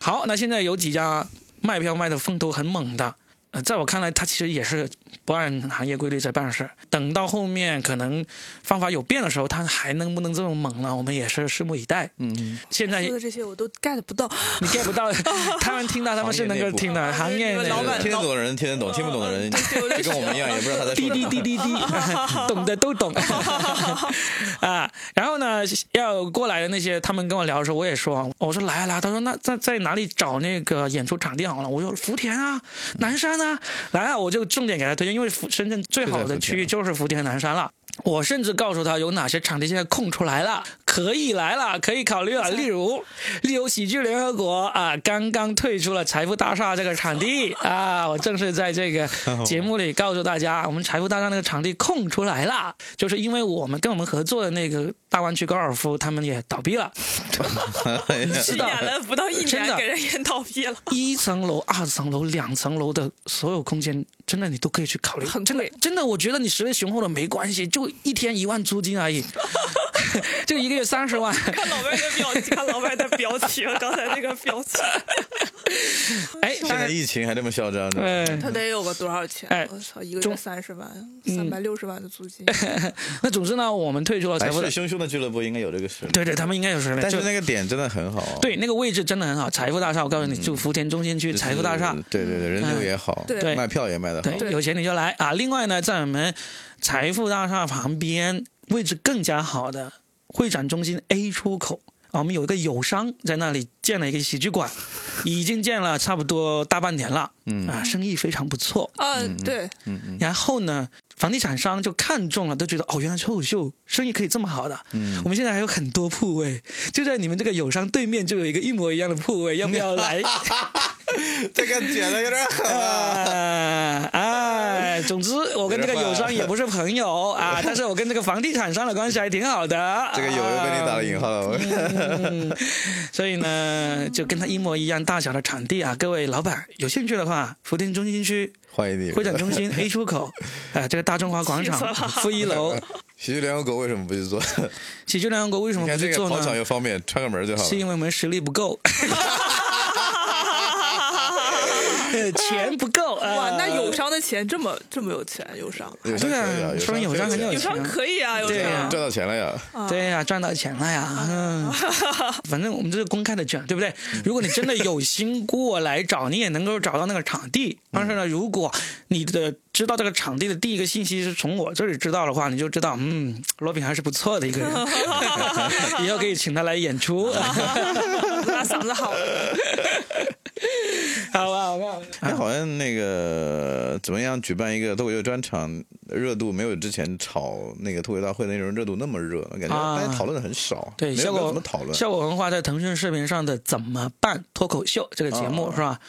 S1: 好，嗯那现在有几家卖票卖的风头很猛的，呃，在我看来，它其实也是不按行业规律在办事。等到后面可能方法有变的时候，它还能不能这么猛了，我们也是拭目以待。
S2: 嗯，
S1: 现在
S3: 说的这些我都 get 不到，
S1: 你 get 不到， 他们听到他们是能够听的，行
S3: 行业
S1: 业
S3: 内部
S1: 内
S3: 老
S1: 部
S3: 板
S2: 听得懂的人听得
S1: 呃
S2: 懂，听不懂的人
S3: 对我就
S2: 就跟我们一样，也不知道他在
S1: 滴
S2: 说什
S1: 滴
S2: 么。
S1: 滴滴滴，懂的都懂啊。然后呢，要过来的那些，他们跟我聊的时候，我也说，我说来啊来啊，他说那在在哪里找那个演出场地好了？我说福田啊，南山啊，来啊，我就重点给他推荐，因为福深圳最好的区域就是福田南山了。我甚至告诉他有哪些场地现在空出来了，可以来了，可以考虑了。例如，例如喜剧联合国啊，刚刚退出了财富大厦这个场地啊，我正式在这个节目里告诉大家，我们财富大厦那个场地空出来了，就是因为我们跟我们合作的那个大湾区高尔夫，他们也倒闭了，
S2: 哎呀
S1: 知道
S3: 演了不到一
S1: 真
S3: 年，
S1: 的
S3: 给人演倒闭了。
S1: 一层楼、二层楼、两层楼的所有空间，真的你都可以去考虑。
S3: 很贵
S1: 真的，真的，我觉得你实力雄厚了没关系，就一天一万租金而已， 就一个月三十 万。
S3: 看老外的表情，看老外的表情，刚才那个表情，
S1: 哎，
S2: 现
S1: 当
S2: 在
S1: 然，
S2: 疫情还这么嚣张呢。
S1: 哎，
S3: 他得有个多少钱？
S1: 哎
S3: 我操，一个月
S1: 中
S3: 三十万，三百六十万的租金，
S1: 那总之呢，我们退出了
S2: 来
S1: 财富
S2: 势
S1: 的，
S2: 汹汹的俱乐部应该有这个实力，
S1: 对对，他们应该有实力。
S2: 但是
S1: 就
S2: 那个点真的很好。啊
S1: 对那个位置真的很好，财富大厦，我告诉你，
S2: 嗯
S1: 就福田中心区
S2: 就是，
S1: 财富大厦。嗯
S2: 对对对，人流也好，
S3: 对
S1: 对
S2: 卖票也卖得好。
S1: 对，有钱你就来啊！另外呢，在我们财富大厦旁边位置更加好的会展中心 A 出口，啊，我们有一个友商在那里建了一个喜剧馆，已经建了差不多大半年了，嗯啊，生意非常不错。
S3: 嗯，对，
S1: 然后呢，房地产商就看中了，都觉得哦，原来脱口秀生意可以这么好的。嗯，我们现在还有很多铺位，就在你们这个友商对面就有一个一模一样的铺位，要不要 来？
S2: 这个剪的有点狠啊！
S1: 啊，哎，总之我跟这个友商也不是朋友啊，但是我跟这个房地产商的关系还挺好的。 啊
S2: 这个有又被你打了引号了，我
S1: 嗯，所以呢，就跟他一模一样大小的场地啊，各位老板有兴趣的话，福田中心区
S2: 欢迎你。
S1: 会展中心 A 出 口，啊、这个大中华广
S3: 气死了
S1: 场负一楼，
S2: 喜剧联合国为什么不去 做？
S1: 喜剧联合国为什么不
S2: 你看这
S1: 去
S2: 个
S1: 做
S2: 跑场
S1: 呢？
S2: 又方便，串个门就好了
S1: 是。因为我们实力不 够，呃钱不够啊。
S3: 哇，那友商的钱这么这么有钱，友商，
S2: 有
S1: 对啊
S2: 商可以
S1: 说明
S2: 有
S1: 有
S2: 商
S1: 商
S2: 可以
S1: 很有
S3: 友商可以啊，友
S1: 对
S3: 商
S1: 啊。
S2: 赚到钱了呀！
S1: 对呀、赚到钱了呀。 嗯，反正我们这是公开的卷，对不对？
S2: 嗯
S1: 如果你真的有心过来找，你也能够找到那个场地。但是呢，如果你的知道这个场地的第一个信息是从我这里知道的话，你就知道，嗯，罗宾还是不错的一个 人，以后可以请他来演出。
S3: 拉嗓子好，
S1: 好吧，好吧。
S2: 那哎好像那个怎么样举办一个脱口秀专场，热度没有之前炒那个脱口秀大会那种热度那么热，感觉
S1: 啊
S2: 大家讨论的很少，
S1: 对，
S2: 没
S1: 效
S2: 有没有
S1: 果
S2: 怎么讨论。
S1: 效果文化在腾讯视频上的《怎么办脱口秀》这个节目、
S2: 啊
S1: 是吧？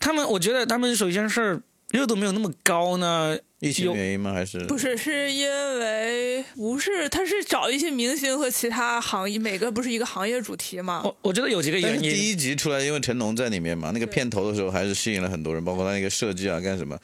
S1: 他们，我觉得他们首先是热度没有那么高呢，
S2: 疫情
S1: 有
S2: 原因吗？还是
S3: 不是是因为不是，他是找一些明星和其他行业，每个不是一个行业主题嘛，
S1: 我我觉得有几个
S2: 但是
S1: 原
S2: 第
S1: 因。
S2: 一集出来，因为成龙在里面嘛，那个片头的时候还是吸引了很多人，包括他那个设计啊，干什么。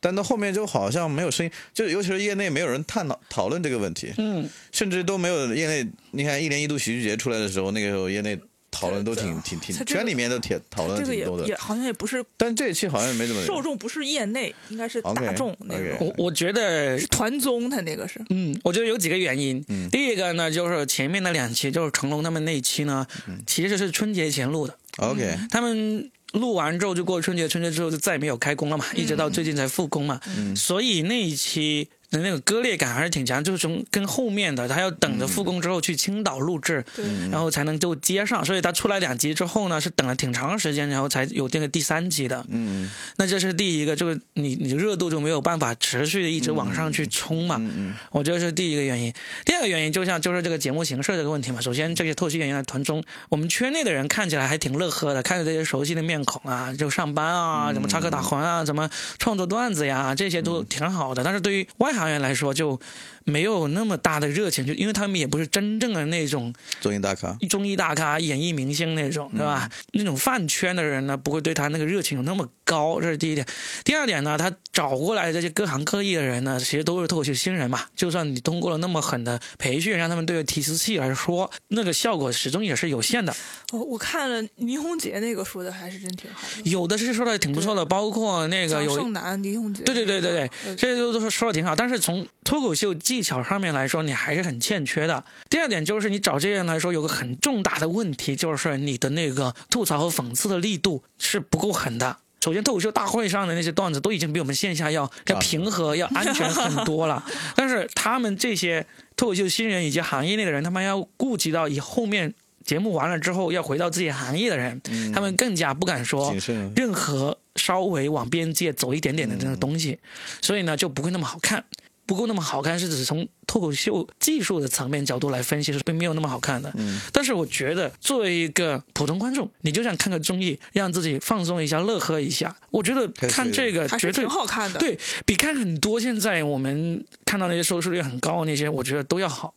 S2: 但到后面就好像没有声音，就是尤其是业内没有人探讨讨论这个问题，
S1: 嗯，
S2: 甚至都没有业内。你看一年一度喜剧节出来的时候，那个时候业内讨论都挺挺挺
S3: 他，这个
S2: 圈里面都挺讨论
S3: 这个
S2: 挺
S3: 也
S2: 多
S3: 也
S2: 的。
S3: 好像也不是
S2: 但这一期好像没怎么有
S3: 受众，不是业内，应该是大
S2: OK，
S3: 众那
S2: OK
S3: 种，
S1: 我我觉得
S3: 是，团综，他那个是，
S1: 嗯，我觉得有几个原因。
S2: 嗯
S1: 第一个呢，就是前面的两期，就是成龙他们那一期呢，
S2: 嗯
S1: 其实是春节前录的，
S3: 嗯
S2: 哦 OK，
S1: 他们。录完之后就过春节，春节之后就再也没有开工了嘛，一直到最近才复工嘛，所以那一期的那个割裂感还是挺强，就是从跟后面的他要等着复工之后去青岛录制，
S3: 嗯
S2: 嗯
S1: 然后才能就接上，所以他出来两集之后呢，是等了挺长时间，然后才有这个第三集的，
S2: 嗯
S1: 那这是第一个，就是你你热度就没有办法持续的一直往上去冲嘛，
S2: 嗯
S1: 我觉得是第一个原因。第二个原因就像就是这个节目形式这个问题嘛。首先，这些脱口秀演员的团中，我们圈内的人看起来还挺乐呵的，看着这些熟悉的面孔啊，就上班啊，怎么插科打诨啊，怎么创作段子呀，这些都挺好的。但是对于外行人来说，就没有那么大的热情，就因为他们也不是真正的那种
S2: 嗯，综艺大咖，
S1: 综艺大咖、演艺明星那种，对吧？那种饭圈的人呢，不会对他那个热情有那么高，这是第一点。第二点呢，他找过来的这些各行各业的人呢，其实都是脱口秀新人嘛。就算你通过了那么狠的培训，让他们对着提词器来说，那个效果始终也是有限的。
S3: 我哦我看了倪虹洁那个说的还是真挺好的，
S1: 有的是说的挺不错的，包括嗯那个
S3: 张
S1: 有
S3: 胜男、倪虹洁，呃
S1: 对对对对对，这些都是说的挺好，但是从脱口秀技巧上面来说，你还是很欠缺的。第二点就是你找这些人来说，有个很重大的问题，就是你的那个吐槽和讽刺的力度是不够狠的。首先，脱口秀大会上的那些段子都已经比我们线下要要平和、要安全很多了，但是他们这些脱口秀新人以及行业内的人，他们要顾及到以后面节目完了之后要回到自己行业的人，
S3: 嗯
S2: 嗯
S1: 他们更加不敢说
S2: 谨慎啊
S1: 任何稍微往边界走一点点的这种东西，所以呢就不会那么好看，不够那么好看是指从脱口秀技术的层面角度来分析是并没有那么好看的。
S2: 嗯
S1: 但是我觉得作为一个普通观众，你就想看个综艺，让自己放松一下、乐呵一下，我觉得
S2: 开始
S1: 看这个
S3: 还
S1: 绝
S3: 是
S1: 对
S3: 挺好看的，，
S1: 对比看很多现在我们看到那些收视率很高的那些，我觉得都要好。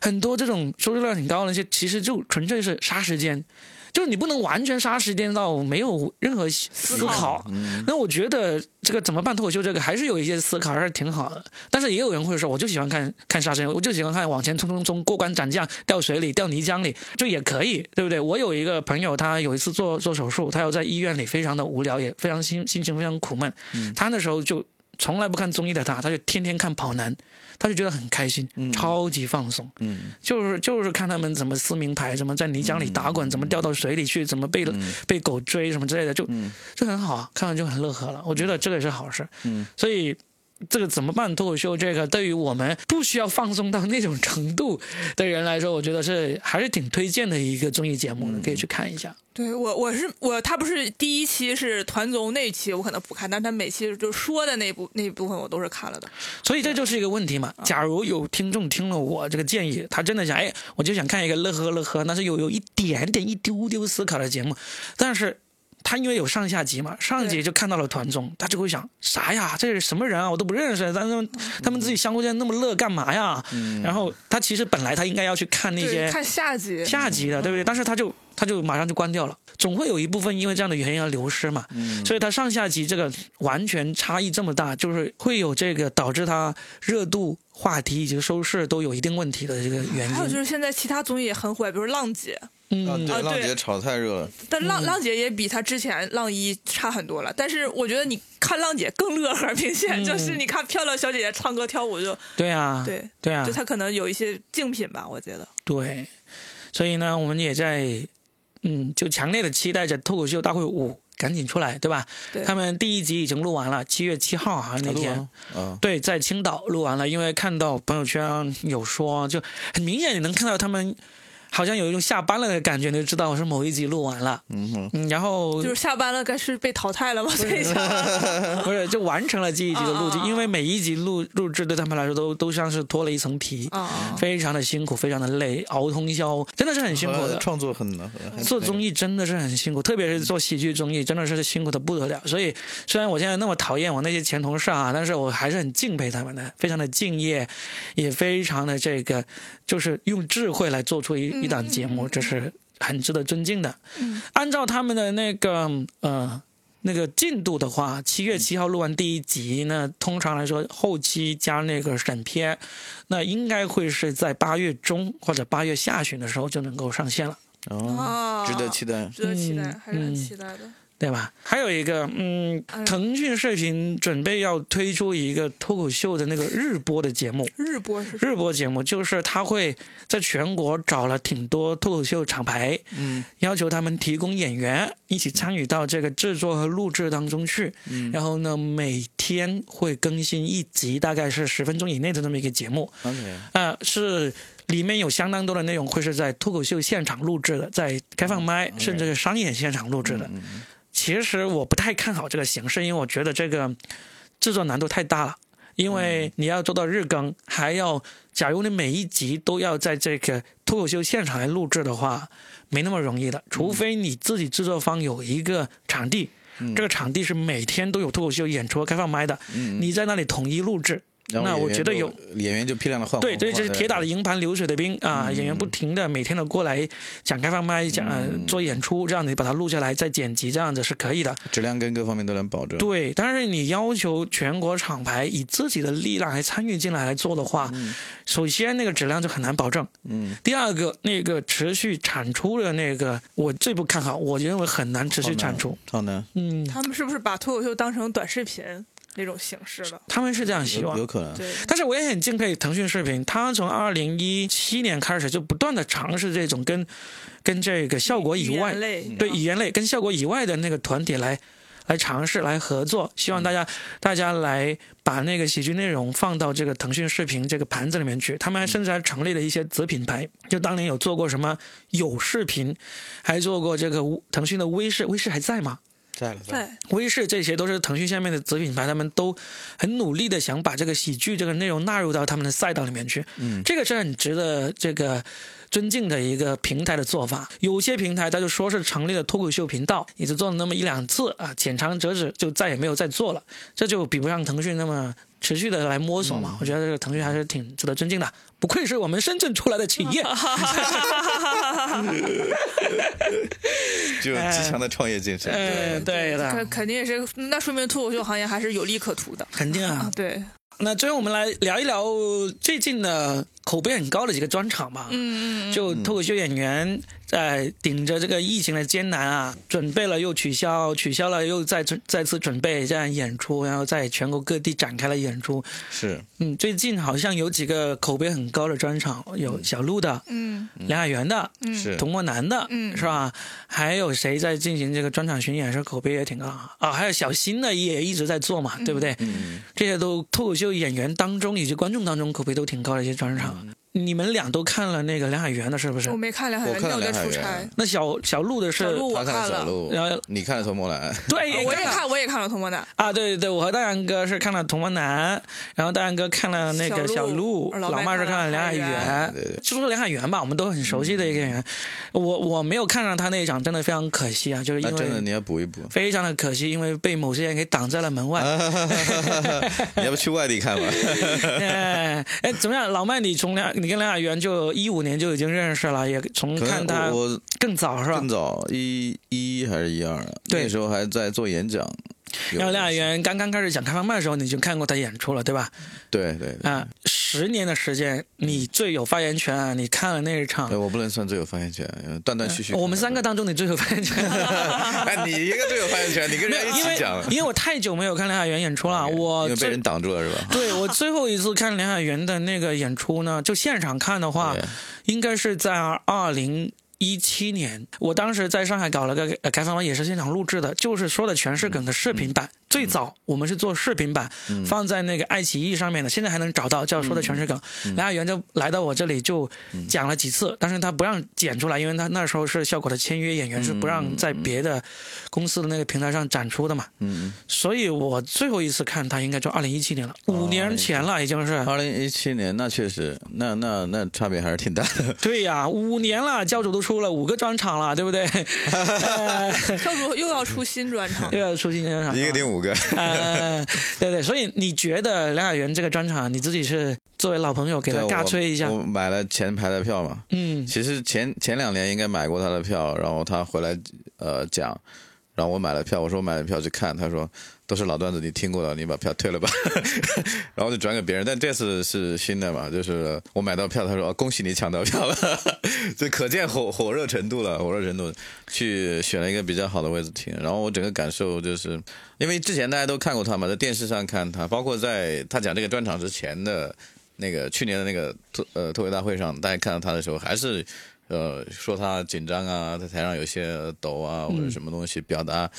S1: 很多这种收视率很高的那些，其实就纯粹是杀时间，就是你不能完全杀时间到没有任何思考。嗯那我觉得这个怎么办脱口秀这个还是有一些思考，还是挺好的。但是也有人会说，我就喜欢看看杀时间，我就喜欢看往前冲冲冲，过关斩将，掉水里，掉泥浆里，就也可以，对不对？我有一个朋友，他有一次做做手术，他要在医院里非常的无聊，也非常心心情非常苦闷。他那时候就从来不看综艺的他，他就天天看《跑男》，他就觉得很开心，超级放松。
S2: 嗯，
S1: 就是就是看他们怎么撕名牌，怎么在泥浆里打滚，怎么掉到水里去，怎么被、
S2: 嗯
S1: 被狗追什么之类的，就、就很好，看完就很乐呵了。我觉得这个也是好事。嗯，所以这个怎么办脱口秀这个，对于我们不需要放松到那种程度的人来说，我觉得是还是挺推荐的一个综艺节目的，可以去看一下。
S3: 对我，我是我，他不是第一期是团综那一期，我可能不看，但是他每期就是说的那部那一部分我都是看了的。
S1: 所以这就是一个问题嘛。
S3: 啊
S1: 假如有听众听了我这个建议，他真的想，哎，我就想看一个乐呵乐呵，但是有有一点点一丢丢思考的节目，但是他因为有上下集嘛，上集
S3: 对
S1: 就看到了团综，他就会想啥呀，这是什么人啊，我都不认识，但是
S3: 嗯
S1: 他们自己相互之间那么乐干嘛呀？
S2: 嗯
S1: 然后他其实本来他应该要去看那
S3: 对，
S1: 些
S3: 看嗯下集。
S1: 下集的，对不对？但是他就他就马上就关掉了，总会有一部分因为这样的原因而流失嘛。
S2: 嗯
S3: 嗯
S2: 哦
S1: 所以他上下集这个完全差异这么大，就是会有这个导致他热度、话题以及收视都有一定问题的这个原
S3: 还有就
S1: 因。
S3: 是现在其他综艺也很火，比如浪姐，
S2: 啊，
S1: 嗯，
S2: 对，
S3: 啊
S2: 浪
S3: 对
S2: 姐炒太热了，
S3: 但浪、浪姐也比她之前浪一差很多了。但是我觉得你看浪姐更乐呵，明显、 就是你看漂亮小姐姐唱歌跳舞就
S1: 对嗯啊，
S3: 对
S1: 对啊
S3: 就，她可能有一些竞品吧，我觉得。
S1: 对。所以呢，我们也在嗯，就强烈的期待着脱口秀大会五赶紧出来，对吧？
S3: 对
S1: 他们第一集已经录完了，七月七号好像那
S2: 录
S1: 天。
S2: 完了啊，
S1: 对，在青岛录完了，因为看到朋友圈有说，就很明显你能看到他们好像有一种下班了的感觉，你就知道是某一集录完了。
S2: 嗯哼，
S1: 嗯，然后
S3: 就是下班了，该是被淘汰了吗？所 以想，
S1: 不是就完成了这一集的录制
S3: 啊啊，啊
S1: 因为每一集录录制对他们来说都都像是脱了一层皮，
S3: 啊，
S1: 非常的辛苦，非常的累，熬通宵，真的是很辛苦
S2: 好像
S1: 的。
S2: 创作很难，很
S1: 做综
S2: 艺
S1: 艺真的是很辛苦，特别是做喜剧综艺，真的是辛苦的不得了。所以虽然我现在那么讨厌我那些前同事啊，但是我还是很敬佩他们的，非常的敬业，也非常的这个，就是用智慧来做出一一档节目，这是很值得尊敬的。按照他们的那个呃。那个进度的话，七月七号录完第一集呢，通常来说后期加那个审片，那应该会是在八月中或者八月下旬的时候就能够上线了。
S2: 哦
S3: 啊
S2: 值得期待。
S3: 值得期待，
S1: 嗯
S3: 还是很
S1: 嗯
S3: 期待的。
S1: 对吧？还有一个，嗯
S3: 哎，
S1: 腾讯视频准备要推出一个脱口秀的那个日播的节目。
S3: 日播是什么
S1: 日播节目就是他会在全国找了挺多脱口秀厂牌，
S2: 嗯，
S1: 要求他们提供演员一起参与到这个制作和录制当中去。嗯、然后呢，每天会更新一集，大概是十分钟以内的这么一个节目。
S2: OK，
S1: 呃，是里面有相当多的内容会是在脱口秀现场录制的，在开放麦、甚至是商演现场录制
S2: 嗯
S1: 的。其实我不太看好这个形式，因为我觉得这个制作难度太大了。因为你要做到日更，还要假如你每一集都要在这个脱口秀现场来录制的话，没那么容易的。除非你自己制作方有一个场地，
S2: 嗯
S1: 这个场地是每天都有脱口秀演出和开放麦的，你在那里统一录制，
S2: 嗯然后
S1: 那
S2: 演
S1: 我
S2: 员
S1: 觉得
S2: 就
S1: 有
S2: 演员就批量的换，
S1: 对，这这是铁打的
S2: 的，
S1: 营盘流水的兵啊！演员不停的每天的过来讲开放麦，讲、呃做演出，这样你把它录下来再剪辑，这样子是可以的。
S2: 质量跟各方面都能保证。
S1: 对，但是你要求全国厂牌以自己的力量来参与进来来做的话，首先那个质量就很难保证。
S2: 嗯，
S1: 第二个，那个持续产出的那个，我最不看好，我认为很难持续产出。
S2: 好难，
S1: 嗯，
S3: 他们是不是把脱口秀当成短视频那种形式了？
S1: 他们是这样希
S2: 有
S1: 望
S2: 有。可能。
S3: 对，
S1: 但是我也很敬佩腾讯视频，它从二零一七年开始就不断的尝试这种跟跟这个效果以外
S3: 语言，类
S1: 对语言类跟效果以外的那个团体来来尝试来合作，希望大家、大家来把那个喜剧内容放到这个腾讯视频这个盘子里面去。他们还甚至还成立了一些子品牌，就当年有做过什么有视频，还做过这个无腾讯的微视，微视还在吗？
S2: 在了，
S3: 对，
S1: 微视这些都是腾讯下面的子品牌，他们都很努力的想把这个喜剧这个内容纳入到他们的赛道里面去。嗯，这个是很值得这个尊敬的一个平台的做法。有些平台他就说是成立了脱口秀频道，也就做了那么一两次啊，浅尝辄止，就再也没有再做了。这就比不上腾讯那么持续的来摸索嘛。我觉得这个腾讯还是挺值得尊敬的，不愧是我们深圳出来的企业。
S2: 具有极强的创业精神。
S1: 哎， 对
S3: 肯
S1: 的，
S3: 肯定也是，那说明脱口秀行业还是有利可图的。
S1: 肯定啊。
S3: 对，
S1: 那最后我们来聊一聊最近的口碑很高的几个专场吧。
S3: 嗯嗯，
S1: 就脱口秀演员在顶着这个疫情的艰难啊，准备了又取消，取消了又再准再次准备这样演出，然后在全国各地展开了演出。
S2: 是
S1: 嗯，最近好像有几个口碑很高的专场，有小鹿的、
S3: 嗯
S1: 梁海源的、
S2: 是，
S1: 童漠南的，
S3: 嗯
S1: 是吧？还有谁在进行这个专场巡演，是口碑也挺高啊？还有小新的也一直在做嘛，对不对？
S2: 嗯，
S1: 这些都脱口秀演员当中以及观众当中口碑都挺高的一些专场。
S2: 嗯
S1: 你们俩都看了那个梁海源的，是不是
S3: 我？没看梁海
S2: 我
S3: 源，
S2: 看了
S3: 那我在
S2: 梁海
S3: 出
S2: 源
S3: 差。
S1: 那小小鹿的是
S3: 小，鹿我
S2: 他看了小
S3: 了，
S2: 鹿，
S1: 然后
S2: 你看了《头摩兰》，
S1: 对，
S3: 我也
S1: 了
S3: 看，我也看了《童梦男》。
S1: 啊，对对对，我和大杨哥是看了《童梦男》，然后大杨哥看了那个
S3: 小
S1: 小
S3: 鹿
S1: 鹿，
S3: 老麦
S1: 老麦是看了梁海
S3: 看了
S1: 源
S2: 对对，
S1: 就说梁海源吧，我们都很熟悉的一个演员。
S3: 嗯
S1: 我我没有看上他那一场，真的非常可惜啊，就是
S2: 那
S1: 因
S2: 真的
S1: 为，
S2: 你要补一补
S1: 非常的可惜，因为被某些人给挡在了门外。
S2: 你要不去外地 看吧？
S1: 哎哎，怎么样，老麦，你从梁你跟梁海源就一五年就已经认识了，也从
S2: 可
S1: 看他
S2: 能我
S1: 更早是吧
S2: 更？早一一还是一二啊，
S1: 对
S2: 那时候还在做演讲，有
S1: 然后梁海源刚刚开始讲开放麦的时候，你就看过他演出了，对吧？
S2: 对对对，
S1: 啊，十年的时间，你最有发言权啊！你看了那一场
S2: 哎，我不能算最有发言权，呃断断续续。
S1: 我们三个
S2: 当，
S1: 当中你最有发言权。
S2: 哎，你一个最有发言权，你跟
S1: 没
S2: 人
S1: 有
S2: 家 一
S1: 因
S2: 起讲
S1: 为因为我太久没有看梁海源演出了，我
S2: 因为被
S1: 最
S2: 人挡住了是吧？
S1: 对我最后一次看梁海源的那个演出呢，就现场看的话，
S2: 对
S1: 应该是在二零。一七年，我当时在上海搞了个呃开放麦，也是现场录制的，就是说的全是梗的视频版。最早我们是做视频版，放在那个爱奇艺上面的，现在还能找到，叫说的全是梗。梁海源就来到我这里就讲了几次，但是他不让剪出来，因为他那时候是效果的签约演员，是不让在别的公司的那个平台上展出的嘛。
S2: 嗯，
S1: 所以我最后一次看他应该就二零一七年了，五年前了，已经是。
S2: 嗯二零一七年那确实，那那那差别还是挺大 的。
S1: 对呀、五年了，教主都出了五个专场了，对不对？ 呃
S3: 教主又要出新专场，
S1: 又要出新专场了，
S2: 一个顶五个，
S1: 呃，对 对，所以你觉得梁海源这个专场，你自己是作为老朋友给他
S2: 对
S1: 尬
S2: 我
S1: 吹一下？
S2: 我买了前排的票嘛，
S1: 嗯
S2: 其实前前两年应该买过他的票，然后他回来呃讲，然后我买了票，我说我买了票去看，他说都是老段子，你听过了，你把票退了吧， 然后就转给别人。但这次是新的嘛，就是我买到票，他说、哦恭喜你抢到票了， 就可见火火热程度了，火热程度。去选了一个比较好的位置听，然后我整个感受就是，因为之前大家都看过他嘛，在电视上看他，包括在他讲这个专场之前的那个去年的那个脱呃脱口大会上，大家看到他的时候，还是呃说他紧张啊，在台上有些抖啊或者什么东西表达，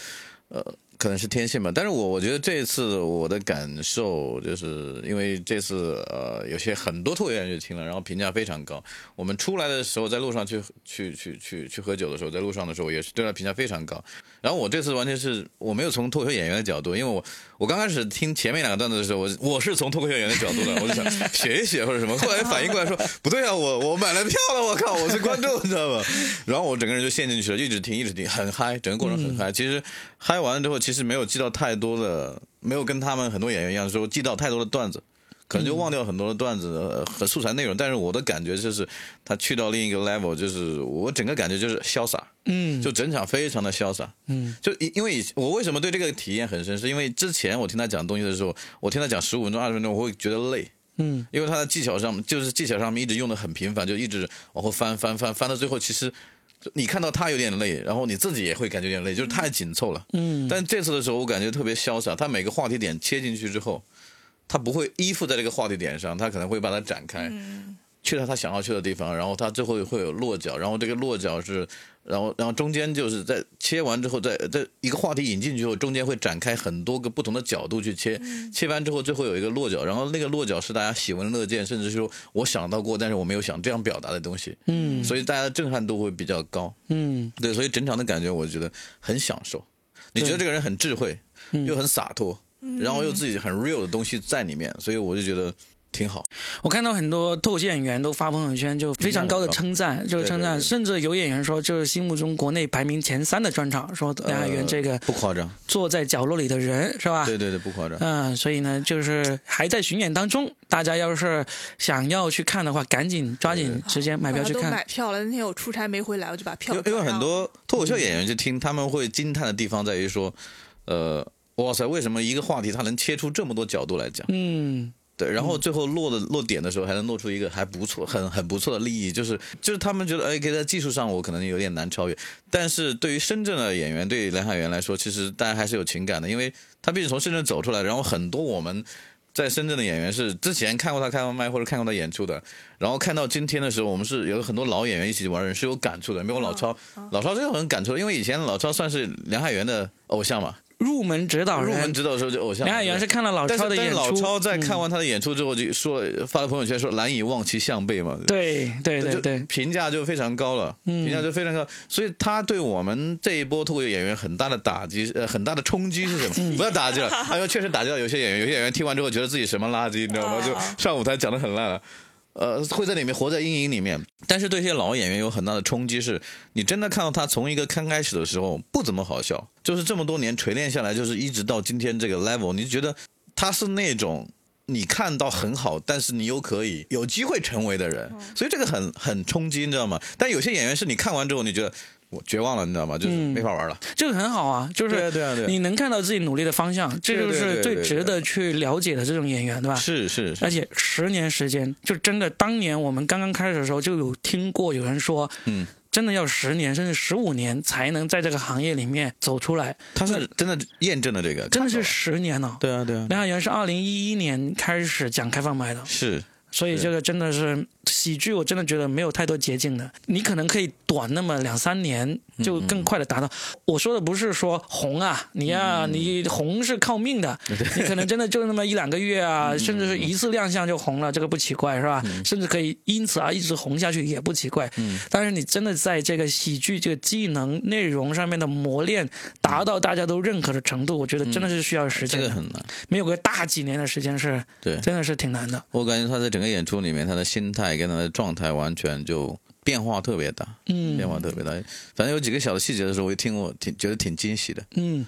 S2: 呃可能是天性吧。但是我我觉得这一次我的感受就是因为这次呃有些很多脱口演员去听了，然后评价非常高。我们出来的时候在路上去去去去去喝酒的时候，在路上的时候也是对他评价非常高。然后我这次完全是我没有从脱口秀演员的角度，因为我我刚开始听前面两个段子的时候，我我是从脱口秀演员的角度的，我就想学一学或者什么。后来反应过来说不对啊，我我买了票了，我靠，我是观众，你知道吗？ 然后我整个人就陷进去了，一直听一直听，很嗨，整个过程很嗨。其实嗨完了之后，其实没有记到太多的，没有跟他们很多演员一样说记到太多的段子。可能就忘掉很多的段子呃和素材内容，但是我的感觉就是，他去到另一个 level，就是我整个感觉就是潇洒，
S1: 嗯，
S2: 就整场非常的潇洒，
S1: 嗯，
S2: 就因因为以前我为什么对这个体验很深，是因为之前我听他讲东西的时候，我听他讲十五分钟、二十分钟，我会觉得累，
S1: 嗯，
S2: 因为他的技巧上就是技巧上面一直用的很频繁，就一直往后翻翻翻翻到最后，其实你看到他有点累，然后你自己也会感觉有点累，就是太紧凑了。
S1: 嗯，
S2: 但这次的时候，我感觉特别潇洒，他每个话题点切进去之后，他不会依附在这个话题点上，他可能会把它展开。去到他想要去的地方，然后他最后会有落脚，然后这个落脚是，然后然后中间就是在切完之后，在在一个话题引进去后，中间会展开很多个不同的角度去切，
S1: 嗯
S2: 切完之后最后有一个落脚，然后那个落脚是大家喜闻乐见，甚至是说我想到过，但是我没有想这样表达的东西，嗯，所以大家的震撼度会比较高，
S1: 嗯
S2: 对，所以整场的感觉我觉得很享受。你觉得这个人很智慧，
S1: 嗯
S2: 又很洒脱，嗯然
S3: 嗯
S2: 后又自己很 real 的东西在里面，所以我就觉得挺好。
S1: 我看到很多脱口秀演员都发朋友圈，就非常高的称赞，就是称
S2: 对对
S1: 赞，
S2: 对
S1: 甚至有演员说，就是心目中国内排名前三的专场，说梁海源这个
S2: 呃
S1: 啊
S2: 不夸张，
S1: 坐在角落里的人是吧？
S2: 对对对，不夸张。
S1: 嗯，所以呢，就是还在巡演当中，大家要是想要去看的话，赶紧抓紧时间买票
S3: 我
S1: 去
S3: 啊都
S1: 看
S3: 买。票了。那天我出差没回来，我就把票
S2: 因为因为很多脱口秀演员去听，他们会惊叹的地方在于说，呃，哇塞，为什么一个话题它能切出这么多角度来讲？
S1: 嗯，
S2: 对，然后最后落的落点的时候，还能落出一个还不错、很很不错的利益，就是就是他们觉得，哎，给在技术上我可能有点难超越，但是对于深圳的演员，对于梁海源来说，其实大家还是有情感的，因为他毕竟从深圳走出来，然后很多我们在深圳的演员是之前看过他开完麦或者看过他演出的，然后看到今天的时候，我们是有很多老演员一起玩的人是有感触的，比如老超，
S1: 嗯
S2: 老超真的很感触，因为以前老超算是梁海源的偶像嘛，
S1: 入门指导人，
S2: 入门指导的时候就偶像
S1: 梁哦
S2: 嘛，
S1: 海
S2: 对
S1: 源
S2: 不对
S1: 是看了老
S2: 但是
S1: 超的
S2: 但
S1: 演
S2: 是
S1: 出，嗯
S2: 老超在看完他的演出之后就说发了朋友圈说难以忘其项背嘛，
S1: 对对对
S2: 就
S1: 对，嗯
S2: 评价就非常高了，评价就非常高，所以他对我们这一波脱口秀演员很大的打击，呃，很大的冲击是什
S1: 嗯
S2: 么？不要打击了，哎呦，确实打击到有些演员，有些演员听完之后觉得自己什么垃圾，你知道吗？就上舞台讲的很烂了。呃，会在里面活在阴影里面，但是对这些老演员有很大的冲击是，你真的看到他从一个刚开始的时候不怎么好笑，就是这么多年锤炼下来，就是一直到今天这个 level，你就觉得他是那种你看到很好，但是你又可以有机会成为的人，所以这个很很冲击，你知道吗？但有些演员是你看完之后你觉得我绝望了，你知道吗？就是没法玩了。
S1: 这个很好啊，就是
S2: 对啊对啊对啊
S1: 你能看到自己努力的方向，这就
S2: 对对
S1: 是
S2: 对对
S1: 最
S2: 对
S1: 值得去了解的这种演员，对吧？
S2: 是是是，
S1: 而且十年时间，就真的当年我们刚刚开始的时候，就有听过有人说，
S2: 嗯，
S1: 真的要十年甚至十五年才能在这个行业里面走出来，
S2: 他是真的验证了这
S1: 真
S2: 个，
S1: 的
S2: 看到
S1: 是
S2: 了
S1: 十年呢、
S2: 对啊对啊，
S1: 梁海源是二零一一年开始讲开放麦的，
S2: 是
S1: 所以
S2: 是
S1: 这个真的是喜剧，我真的觉得没有太多捷径的。你可能可以短那么两三年，就更快的达到。我说的不是说红啊，你呀、你红是靠命的，你可能真的就那么一两个月啊，甚至是一次亮相就红了，这个不奇怪是吧？甚至可以因此啊而一直红下去也不奇怪。但是你真的在这个喜剧这个技能内容上面的磨练，达到大家都认可的程度，我觉得真的是需要时
S2: 这
S1: 间的，
S2: 个很难。
S1: 没有个大几年的时间是
S2: 对，
S1: 真的是挺难的。
S2: 我感觉他在整个演出里面，他的心态跟他的状态完全就变化特别大，
S1: 嗯
S2: 变化特别大。反正有几个小的细节的时候，我也听过，挺觉得挺惊喜的，
S1: 嗯，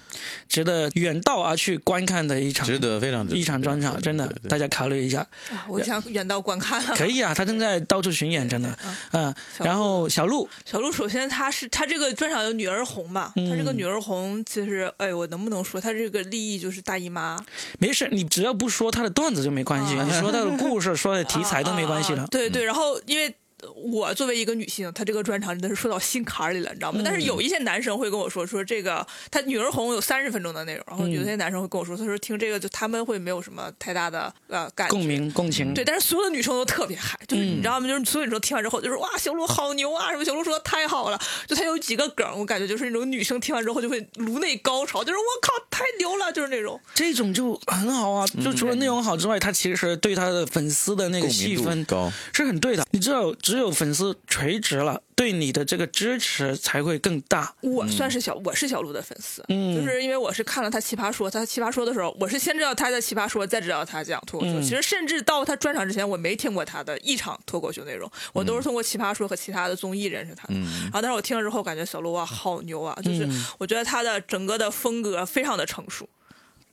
S1: 值得远道而去观看的一场
S2: 值得非常值
S1: 啊
S2: 得
S1: 一场专场，
S2: 对
S1: 真的
S2: 对，对
S1: 大家考虑一下，
S3: 啊我想远道观看了。
S1: 可以啊，他正在到处巡演，真的，嗯，
S3: 小
S1: 然后小鹿，
S3: 小鹿首先她是她这个专场有女儿红嘛，她这个
S1: 嗯
S3: 女儿红其实，哎，我能不能说她这个立意就是大姨妈？
S1: 没事，你只要不说他的段子就没关系，你说他的故事、说的题材都没关系
S3: 啊
S1: 了嗯
S3: 啊。对对，然后因为。我作为一个女性，她这个专场真的是说到心坎儿里了，你知道
S1: 嗯
S3: 吗？但是有一些男生会跟我说，说这个她女儿红有三十分钟的内容，然
S1: 嗯
S3: 后有些男生会跟我说，他说听这个就他们会没有什么太大的呃感觉
S1: 共嗯鸣共情，
S3: 对，但是所有的女生都特别嗨，就是你知道吗？就是所有女生听完之后，就是哇，小鹿好牛啊，什么小鹿说的太好了，就她有几个梗，我感觉就是那种女生听完之后就会颅内高潮，就是我靠，太牛了，就是那种。
S1: 这种就很好啊。就除了内容好之外，他其实对他的粉丝的那个
S2: 共
S1: 气
S2: 鸣度
S1: 氛
S2: 高。
S1: 是很对的。你知道，只有粉丝垂直了，对你的这个支持才会更大。
S3: 我算是小，我是小鹿的粉丝，
S1: 嗯
S3: 就是因为我是看了他《奇葩说》，他《奇葩说》的时候，我是先知道他在《奇葩说》，再知道他讲脱口秀。
S1: 嗯
S3: 其实甚至到他专场之前，我没听过他的一场脱口秀内容，我
S1: 嗯
S3: 都是通过《奇葩说》和其他的综艺认识他的。然后，但是我听了之后，感觉小鹿啊，好牛啊！就是
S1: 嗯
S3: 我觉得他的整个的风格非常的成熟，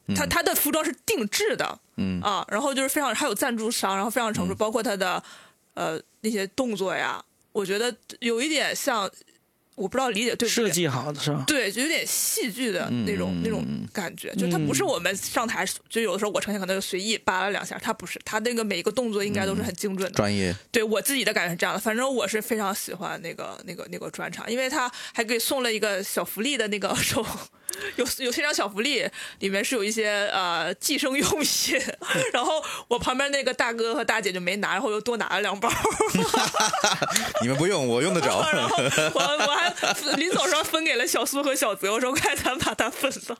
S1: 嗯
S3: 他他的服装是定制的，嗯啊，然后就是非常还有赞助商，然后非常
S1: 嗯
S3: 成熟，包括他的呃那些动作呀，我觉得有一点像，我不知道理解对不
S1: 设
S3: 对。
S1: 计好的是吧？
S3: 对，就有点戏剧的那种、那种感觉，就它不是我们上台，就有的时候我呈现可能就随意扒拉两下，它不是，它那个每一个动作应该都是很精准的。
S2: 专业，
S3: 对我自己的感觉是这样的，反正我是非常喜欢那个那个那个专场，因为他还给送了一个小福利的那个手，有有些张小福利，里面是有一些呃寄生用品， 然后我旁边那个大哥和大姐就没拿，然后又多拿了两包。
S2: 你们不用，我用 得着。
S3: 然后 我我还 临走时候分给了小苏和小泽，我说快咱把它分了。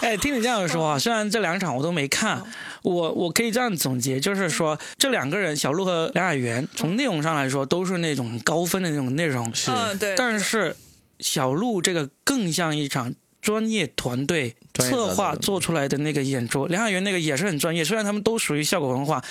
S1: 哎，听你这样
S3: 嗯
S1: 说啊，虽然这两场我都没看，我我可以这样总结，
S3: 嗯
S1: 就是说这两个人，小鹿和梁海源，从内容上来说都是那种高分的那种内容，是
S3: 嗯，对。
S1: 但是小鹿这个更像一场。专业团队
S2: 专业团队
S1: 策划做出来的那个演出，梁海源那个也是很专业，虽然他们都属于效果文化，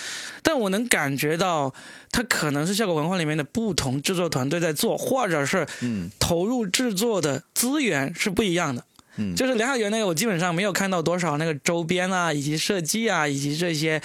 S1: 但我能感觉到他可能是效果文化里面的不同制作团队在做，或者是
S2: 嗯
S1: 投入制作的资源是不一样的。
S2: 嗯
S1: 就是梁海源那个，我基本上没有看到多少那个周边啊，以及设计啊，以及这些，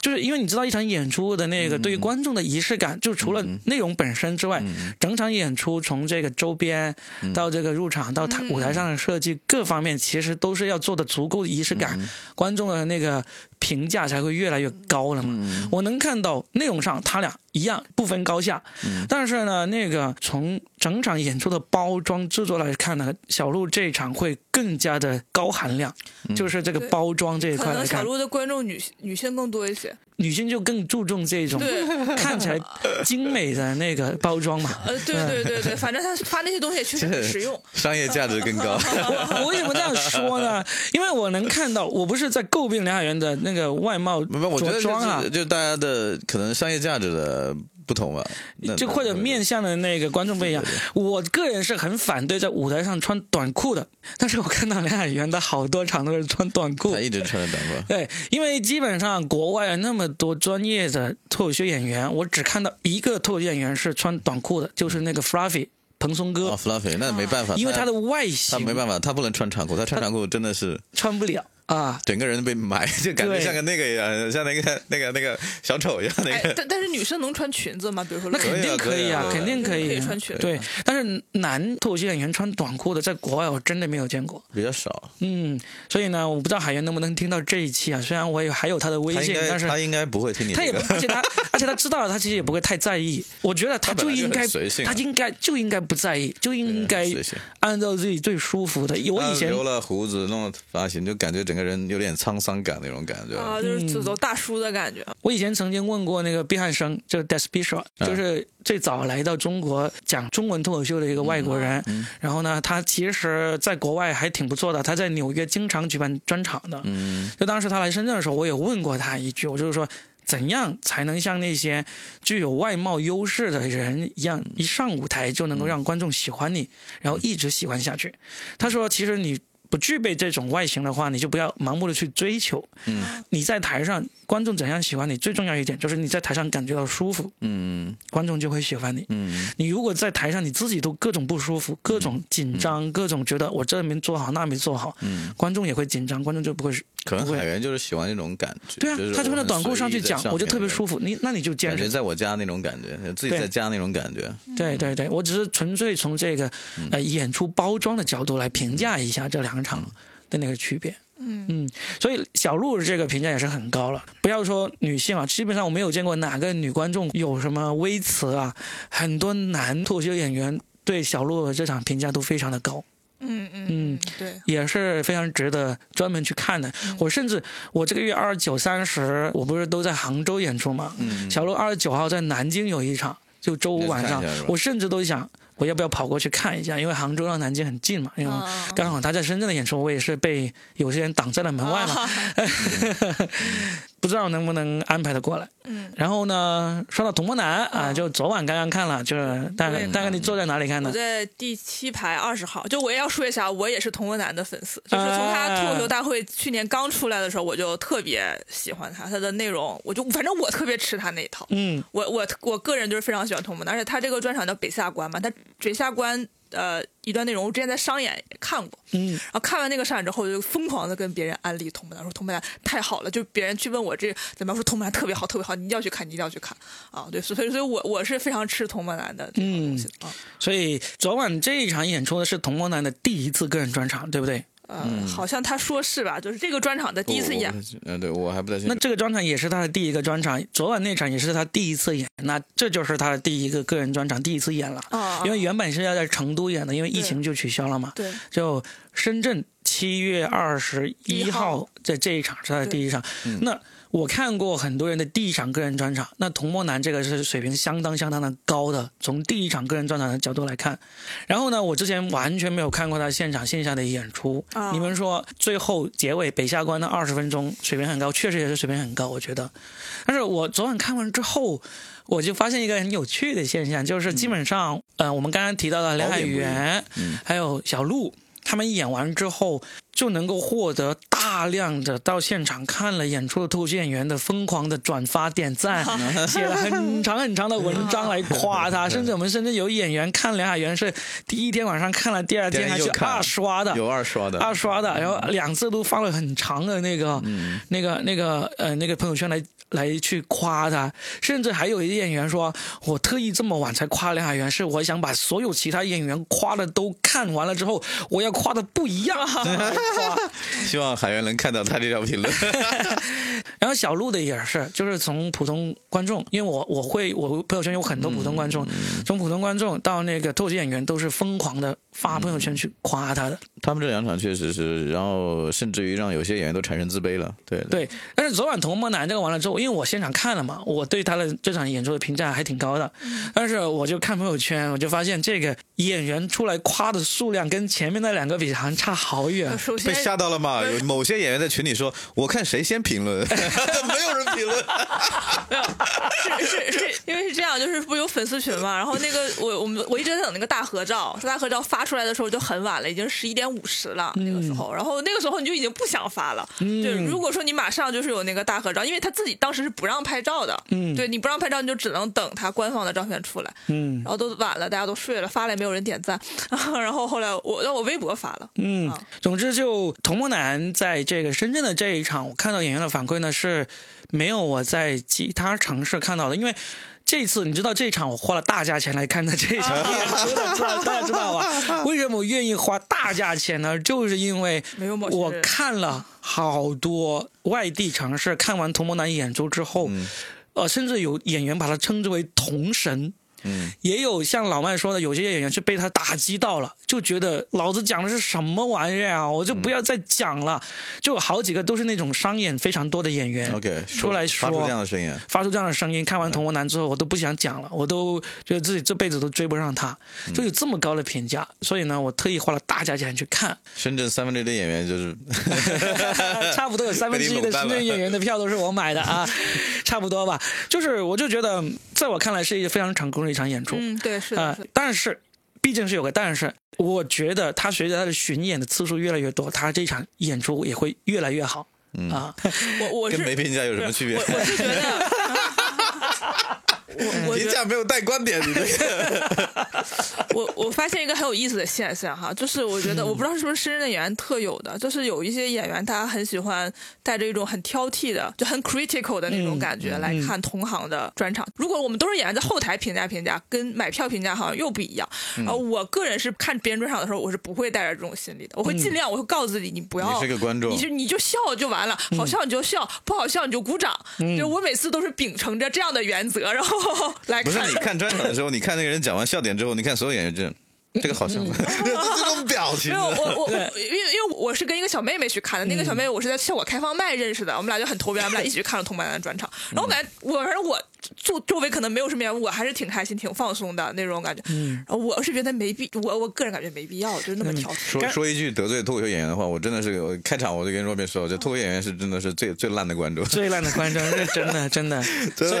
S1: 就是因为你知道一场演出的那个对于观众的仪式感，就除了内容本身之外，整场演出从这个周边到这个入场到台舞台上的设计各方面，其实都是要做的足够的仪式
S2: 嗯
S1: 感，观众的那个评价才会越来越高了
S2: 嗯
S1: 嘛。我能看到内容上他俩一样不分高下，
S2: 嗯
S1: 但是呢，那个从整场演出的包装制作来看呢，小鹿这一场会更加的高含量，
S2: 嗯
S1: 就是这个
S3: 对
S1: 包装这一
S3: 可
S1: 块来
S3: 能
S1: 看
S3: 小。鹿的观众女女性更多 一些，
S1: 女性就更注重这种
S3: 对
S1: 看起来精美的那个包装嘛。
S3: 呃，对对对对，反正他发那些东西也确实很实用。
S2: 商业价值更 高。
S1: 我为什么这样说呢？ 因为我能看到，我不是在诟病梁海源的那个外貌
S2: 没有，我觉得
S1: 着装啊
S2: 就是，就大家的可能商业价值的不同吧，那
S1: 就或者面向的那个观众不一样。我个人是很反对在舞台上穿短裤的，但是我看到梁海源的好多场都是穿短裤
S2: 他。一直穿着短 裤。
S1: 对，因为基本上国外那么多专业的脱口秀演员，我只看到一个脱口秀演员是穿短裤的，就是那个 Fluffy 彭松哥。
S2: 嗯哦，Fluffy，那没办法，
S1: 因为他
S2: 他
S1: 的外
S2: 他
S1: 形
S2: 没办法，他不能穿长裤，他穿长裤真的是
S1: 穿不了啊。
S2: 整个人被埋，就感觉
S1: 对
S2: 像个那个一样，像那个那个那个小丑一样那
S3: 哎
S2: 个，。
S3: 但但是女生能穿裙子吗？比如说露
S1: 那
S3: 腿，
S1: 肯定
S2: 可
S1: 可
S2: 以
S1: 以
S2: 啊
S1: 啊，
S2: 可以啊
S1: 肯定可以
S3: 可以穿裙子
S1: 对，但是男脱口秀演员穿短裤的，在国外我真的没有见过。
S2: 比较少，
S1: 嗯，所以呢，我不知道海源能不能听到这一期啊。虽然我也还有他的微
S2: 他应
S1: 信，
S2: 该
S1: 但是
S2: 他应该不会听你
S1: 他也
S2: 这
S1: 不
S2: 个，，
S1: 而且他，而且他知道了，他其实也不会太在意。我觉得他
S2: 他本
S1: 就
S2: 来就
S1: 应该
S2: 很随性，啊
S1: 他应该就应该不在意，就应该
S2: 对很随性嗯
S1: 按照自己最舒服的。我以前
S2: 呃他留了胡子，弄了发型，就感觉整个人有点沧桑感那种感觉。
S3: 啊，就是
S1: 嗯
S3: 走走大叔的感觉。
S1: 我以前曾经问过那个毕汉生，就是 Despicable，就是最早来到中国讲中文脱口秀的一个外国人。然后呢，他其实在国外还挺不错的，他在纽约经常举办专场的。
S2: 嗯，
S1: 就当时他来深圳的时候，我也问过他一句，我就是说。怎样才能像那些具有外貌优势的人一样，一上舞台就能够让观众喜欢你，然后一直喜欢下去？他说：“其实你不具备这种外形的话，你就不要盲目的去追求。
S2: 嗯，
S1: 你在台上，观众怎样喜欢你，最重要一点就是你在台上感觉到舒服，
S2: 嗯
S1: 观众就会喜欢你。
S2: 嗯
S1: 你如果在台上你自己都各种不舒服，各种紧张，各种觉得我这没做好，那没做好，
S2: 嗯，
S1: 观众也会紧张，观众就不会。
S2: 可能
S1: 不会
S2: 海源就是喜欢那种感觉。
S1: 对啊，
S2: 是
S1: 他就穿着
S2: 我很
S1: 短裤
S2: 随
S1: 上
S2: 意
S1: 去
S2: 在
S1: 讲，我就
S2: 面
S1: 特别
S2: 那种
S1: 舒服。你那你就坚
S2: 感觉
S1: 持。
S2: 在我家那种感觉，自己
S1: 对
S2: 在家那种感觉。
S1: 对对对，我只是纯粹从这个
S2: 嗯
S1: 呃演出包装的角度来评价一下这两场
S2: 嗯
S1: 的那个区别。嗯所以小鹿这个评价也是很高了。不要说女性啊，基本上我没有见过哪个女观众有什么微词啊。很多男脱口秀演员对小鹿的这场评价都非常的高。
S3: 嗯嗯
S1: 嗯，
S3: 对，嗯
S1: 也是非常值得专门去看的。我甚至我这个月二十九、三十，我不是都在杭州演出
S2: 嗯
S1: 嘛？嗯小鹿二十九号在南京有一场，就周五晚上
S2: 你去看一下是吧，哦
S1: 我甚至都想我要不要跑过去看一下，因为杭州让南京很近嘛，因为
S2: 嗯
S3: 啊
S1: 刚好他在深圳的演出，我也是被有些人挡在了门外嘛，不知道能不能安排的过来。
S3: 嗯，
S1: 然后呢，说到童漠南啊，
S3: 嗯
S1: 就昨晚刚刚看了，就是大概
S3: 对
S1: 大概你坐在哪里看
S3: 我
S1: 的？
S3: 在第七排二十号，就我也要说一下，我也是童文楠的粉丝，就是从他
S1: 啊
S3: 脱口秀大会去年刚出来的时候，我就特别喜欢他，他的内容，我就反正我特别吃他那一套。
S1: 嗯
S3: 我我我个人就是非常喜欢童文楠，而且他这个专场叫《北下关》嘛，他《北下关》呃一段内容，我之前在商演也看过，
S1: 嗯，
S3: 然后看完那个上演之后，我就疯狂的跟别人安利童木兰，说童木兰太好了，就别人去问我这怎么样，说童木兰特别好，特别好，你一定要去看，你一定要去看啊！对，所以所以我我是非常吃童木兰的这种东西的啊，
S1: 所以昨晚这一场演出呢是童漠南的第一次个人专场，对不对？
S3: 呃，好像他说是吧，就是这个专场的第一
S1: 哦
S3: 次
S2: 我，
S3: 演
S2: 我不太清嗯，对我还不太清
S1: 那
S2: 楚。
S1: 这个专场也是他的第一个专场，昨晚那场也是他第一次演，那这就是他的第一个个人专场，第一次演了。
S3: 啊
S1: 因为原本是要在成都演的，因为疫情就取消了嘛。
S3: 对
S1: 就深圳七月二十一
S3: 一
S1: 号在这一场是他的第一场。那我看过很多人的第一场个人专场，那童漠南这个是水平相当相当的高的，从第一场个人专场的角度来看。然后呢，我之前完全没有看过他现场线下的演出。
S3: 啊
S1: 你们说最后结尾北下关那二十分钟水平很高，确实也是水平很高，我觉得。但是我昨晚看完之后，我就发现一个很有趣的现象，就是基本上，
S2: 嗯哦
S1: 呃，我们刚刚提到的梁海
S2: 褒贬不一
S1: 源，还有小鹿，他们演完之后，就能够获得大量的到现场看了演出的脱口秀演员的疯狂的转发点赞，写了很长很长的文章来夸 他，甚至我们甚至有演员看梁海源是第一天晚上看了，第二
S2: 第二
S1: 天
S2: 天
S1: 还
S2: 又
S1: 去
S2: 看
S1: 二刷的，
S2: 有二刷的，
S1: 二刷的，然后两次都发了很长的那个、
S2: 嗯
S1: 那个、那个呃那个朋友圈来来去夸他，甚至还有一些演员说，我特意这么晚才夸梁海源，是我想把所有其他演员夸的都看完了之后，我要夸的不一样。
S2: 希望海源能看到他这条评论。
S1: 然后小鹿的也是，就是从普通观众，因为我我会我朋友圈有很多普通观众，从普通观众到那个脱口秀演员都是疯狂的发朋友圈去夸他的。
S2: 他们这两场确实是，然后甚至于让有些演员都产生自卑了。对对，
S1: 对，但是昨晚《童梦男》这个完了之后，因为我现场看了嘛，我对他的这场演出的评价还挺高的。但是我就看朋友圈，我就发现这个演员出来夸的数量跟前面那两个比还差好远。
S3: 首
S2: 被
S3: 先
S2: 吓到了嘛？有某些演员在群里说：“我看谁先评 论，没有人评论。
S3: 是 是，因为是这样，就是不是有粉丝群嘛？然后那个我我们我一直在等那个大合照，大合照发出来的时候就很晚了，已经十一点五十了
S1: 嗯
S3: 那个时候。然后那个时候你就已经不想发了。对，如果说你马上就是有那个大合照，因为他自己当时是不让拍照的，
S1: 嗯
S3: 对你不让拍照，你就只能等他官方的照片出来。
S1: 嗯
S3: 然后都晚了，大家都睡了，发了也没有人点赞。 然后后来我让我微博发了，
S1: 嗯
S3: 啊，
S1: 总之就《童梦男》在这个深圳的这一场，我看到演员的反馈呢是没有我在其他城市看到的，因为。这次你知道这一场我花了大价钱来看的这一 场演出的，知道大家知道吧？为什么我愿意花大价钱呢？就是因为
S3: 没有某些
S1: 我
S3: 人
S1: 看了好多外地城市，看完童梦男演出之后，呃，甚至有演员把他称之为“童神”。
S2: 嗯，
S1: 也有像老麦说的，有些演员是被他打击到了，就觉得老子讲的是什么玩意儿啊，我就不要再讲了。就有好几个都是那种商演非常多的演员
S2: ”OK，
S1: 出来说
S2: 发出这样的声音，
S1: 发出这样的声音。看完《童文男》之后，我都不想讲了，我都觉得自己这辈子都追不上他，就有这么高的评价。所以呢，我特意花了大价钱去看，
S2: 深圳三分之一的演员就是
S1: 差不多有三分之一的深圳演员的票都是我买的啊，差不多吧。就是我就觉得，在我看来是一个非常成功的一场演出。
S3: 嗯，对，是的，
S1: 啊
S3: 是，的，
S1: 但是毕竟是有个但是，我觉得他随着他的巡演的次数越来越多，他这场演出也会越来越好、
S2: 嗯
S1: 啊。
S3: 我我
S2: 跟
S3: 是
S2: 没评价有什么区别嗯
S3: 我？我是觉得。 我我觉
S2: 评
S3: 得。
S2: 价没有带观点，你这个
S3: 我我发现一个很有意思的现象哈，就是我觉得我不知道是不是深圳的演员特有的，就是有一些演员他很喜欢带着一种很挑剔的，就很 critical 的那
S2: 嗯
S3: 种感觉来看同行的专场。如果我们都是演员在后台评价评价，跟买票评价好像又不一样。
S2: 嗯
S3: 然后我个人是看别人专场的时候，我是不会带着这种心理的，我会尽量我会告诉自己，你不要
S2: 嗯你是个观众嗯
S3: 你就你就笑就完了，好笑你就笑，不好笑你就鼓掌。就我每次都是秉承着这样的原则，然后 来
S2: 不
S3: 看
S2: 是你看专场的时候，你看那个人讲完笑点之后，你看所有演员这样这个好 笑吗？这种表情
S3: 嗯
S2: 啊
S3: 没有，我我我，因为因为我是跟一个小妹妹去看的，那
S1: 嗯
S3: 个小妹妹我是在效果开放麦认识的，我们俩就很投缘，我们俩一起去看了童白兰的专场。然后我感觉
S1: 嗯
S3: 我反正我周周围可能没有什么人，我还是挺开心、挺放松的那种感觉。
S1: 嗯
S3: 然后我是觉得没必，我我个人感觉没必要，就是那么挑剔。
S2: 说说一句得罪脱口秀演员的话，我真的是我开场我就跟若 o 说，我觉得脱口秀演员是真的是最最烂的观众，
S1: 最烂的观众是真的，真的，
S2: 真的
S1: 所以。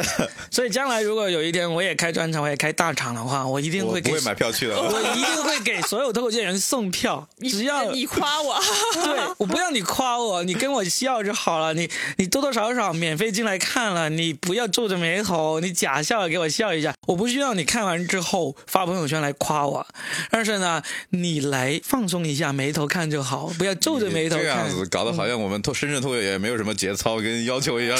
S1: 所以将来如果有一天我也开专场，我也开大场的话，我一定
S2: 我
S1: 会
S2: 不
S1: 给，
S2: 会买票去 的。
S1: 我一定会给所有脱口秀演员送票，
S3: 你
S1: 只要
S3: 你夸 我，
S1: 对，我不要你夸我，你跟我笑就好了。你你多多少少免费进来看了，你不要皱着眉头，你假笑给我笑一下。我不需要你看完之后发朋友圈来夸我，但是呢，你来放松一下眉头看就好，不要皱着眉头
S2: 这样
S1: 看。
S2: 子搞得好像我们脱深圳脱口秀演员没有什么节操跟要求一样，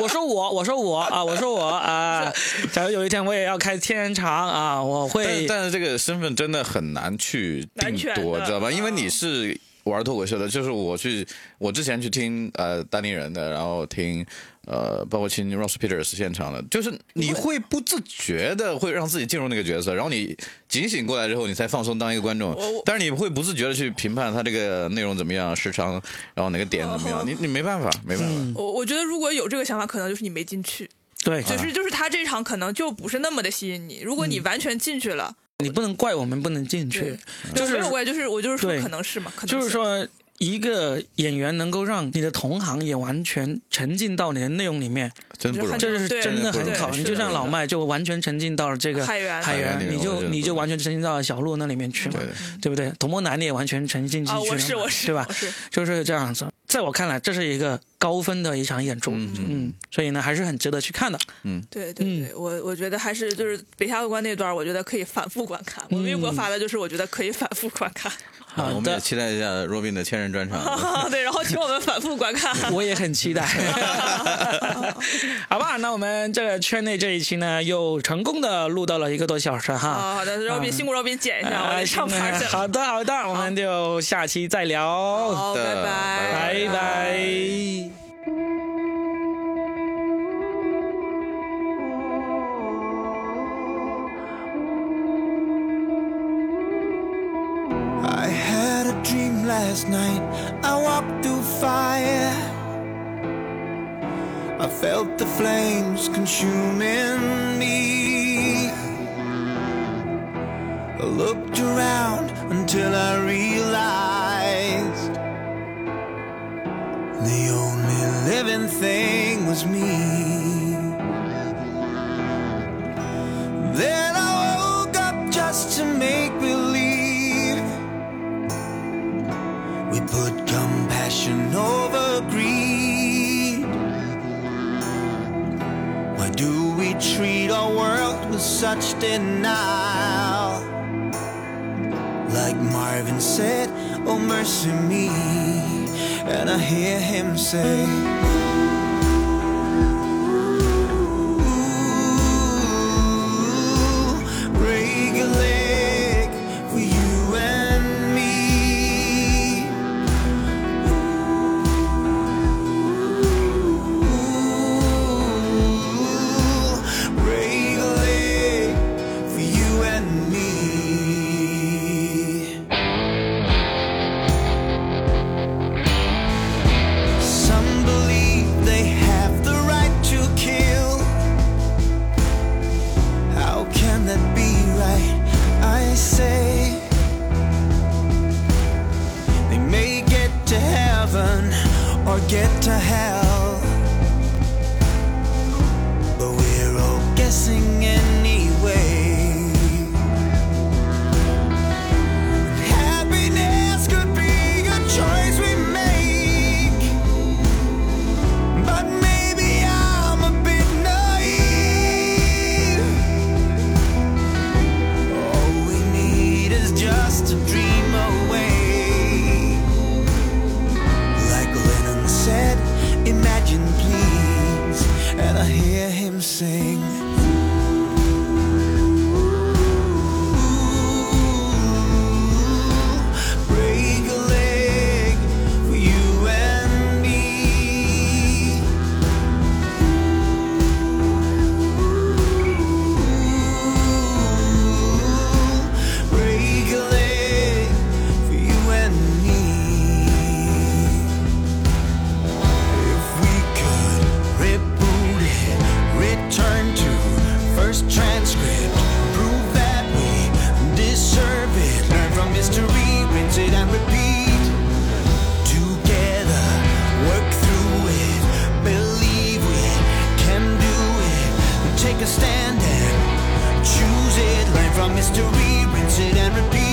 S1: 我说我，我说我啊，我说我啊，假如有一天我也要开天然长啊，我
S2: 但
S1: 会
S2: 但是这个身份真的很难去定
S3: 难选
S2: 夺，
S3: 的
S2: 知道吧？因为
S3: 嗯
S2: 你是玩脱口秀的，就是我去，我之前去听呃丹尼人的，然后听呃包括听 Ross Peters 现场的，就是你会不自觉的会让自己进入那个角色，然后你警醒过来之后，你才放松当一个观众
S3: 我我，
S2: 但是你会不自觉的去评判他这个内容怎么样，时长，然后哪个点怎么样，你你没办法，没办法。
S3: 我我觉得如果有这个想法，可能就是你没进去，
S1: 对，
S3: 就是就是他这场可能就不是那么的吸引你。如果
S1: 嗯
S3: 你完全进去了，
S1: 你不能怪我们不能进去
S3: 对，
S1: 就是
S3: 没有关系，就是我就是说
S1: 对
S3: 可能是嘛，可能
S1: 就是说，一个演员能够让你的同行也完全沉浸到你的内容里面，
S2: 真不容易。
S1: 这是
S3: 嗯对
S1: 真的很
S2: 对
S1: 考验。
S2: 是
S1: 就像
S2: 的
S1: 老麦就完全沉浸到了这个
S3: 海源
S1: 海
S2: 海源
S1: 源，
S2: 里
S1: 你
S2: 面我
S1: 就
S2: 觉得
S1: 你就
S2: 不
S1: 完全沉浸到了小鹿那里面去嘛
S2: 对，的
S1: 对不对？童梦楠你也完全沉浸进
S3: 啊，
S1: 去
S3: 我是
S1: 了嘛
S3: 我是，
S1: 对吧
S3: 我？是
S1: 就是这样子。在我看来，这是一个高分的一场演出，
S2: 嗯嗯
S1: 嗯，所以呢，还是很值得去看的。
S3: 对对
S1: 嗯
S3: 对，我我觉得还是就是北下关那段，我觉得可以反复观看。我微
S1: 嗯
S3: 博发的就是我觉得可以反复观看，
S1: 好
S2: 我们也
S1: 的，
S2: 期待一下若 o 的千人专场。
S3: 对，然后请我们反复观看。 啊
S1: 我也很期待，好吧？那我们这个圈内这一期呢，又成功的录到了一个多小时哈。
S3: 啊，好的，饶斌辛苦饶斌剪一下，我得上班去了。
S1: 好的，好的，我们就下期再聊，
S3: 好，拜
S2: 的拜
S1: 拜
S2: 拜
S1: 拜。
S5: I had a dream last night. I walked through fire. I felt the flames consuming me. I looked around until I realized the only living thing was me. Then I woke up just to make believe. We put compassion over greed. Why do we treat our world with such denial? Like Marvin said, oh mercy me. And I hear him say, break a leg for you and me. Break a leg for you and me. Some believe they have the right to kill. How can that be right? I say they may get to heaven or get to hell, but we're all guessing anyway. Happiness could be a choice we make, but maybe I'm a bit naive. All we need is just a dream away. Like Lennon said, imagine please. And I hear him sing. Break a leg for you and me. break a leg for you and me. If we could reboot it, return to first transcript, prove that we deserve it, learn from history, rinse it and repeat. Together, work through it, believe we can do it, take a stand and choose it, learn from history, rinse it and repeat.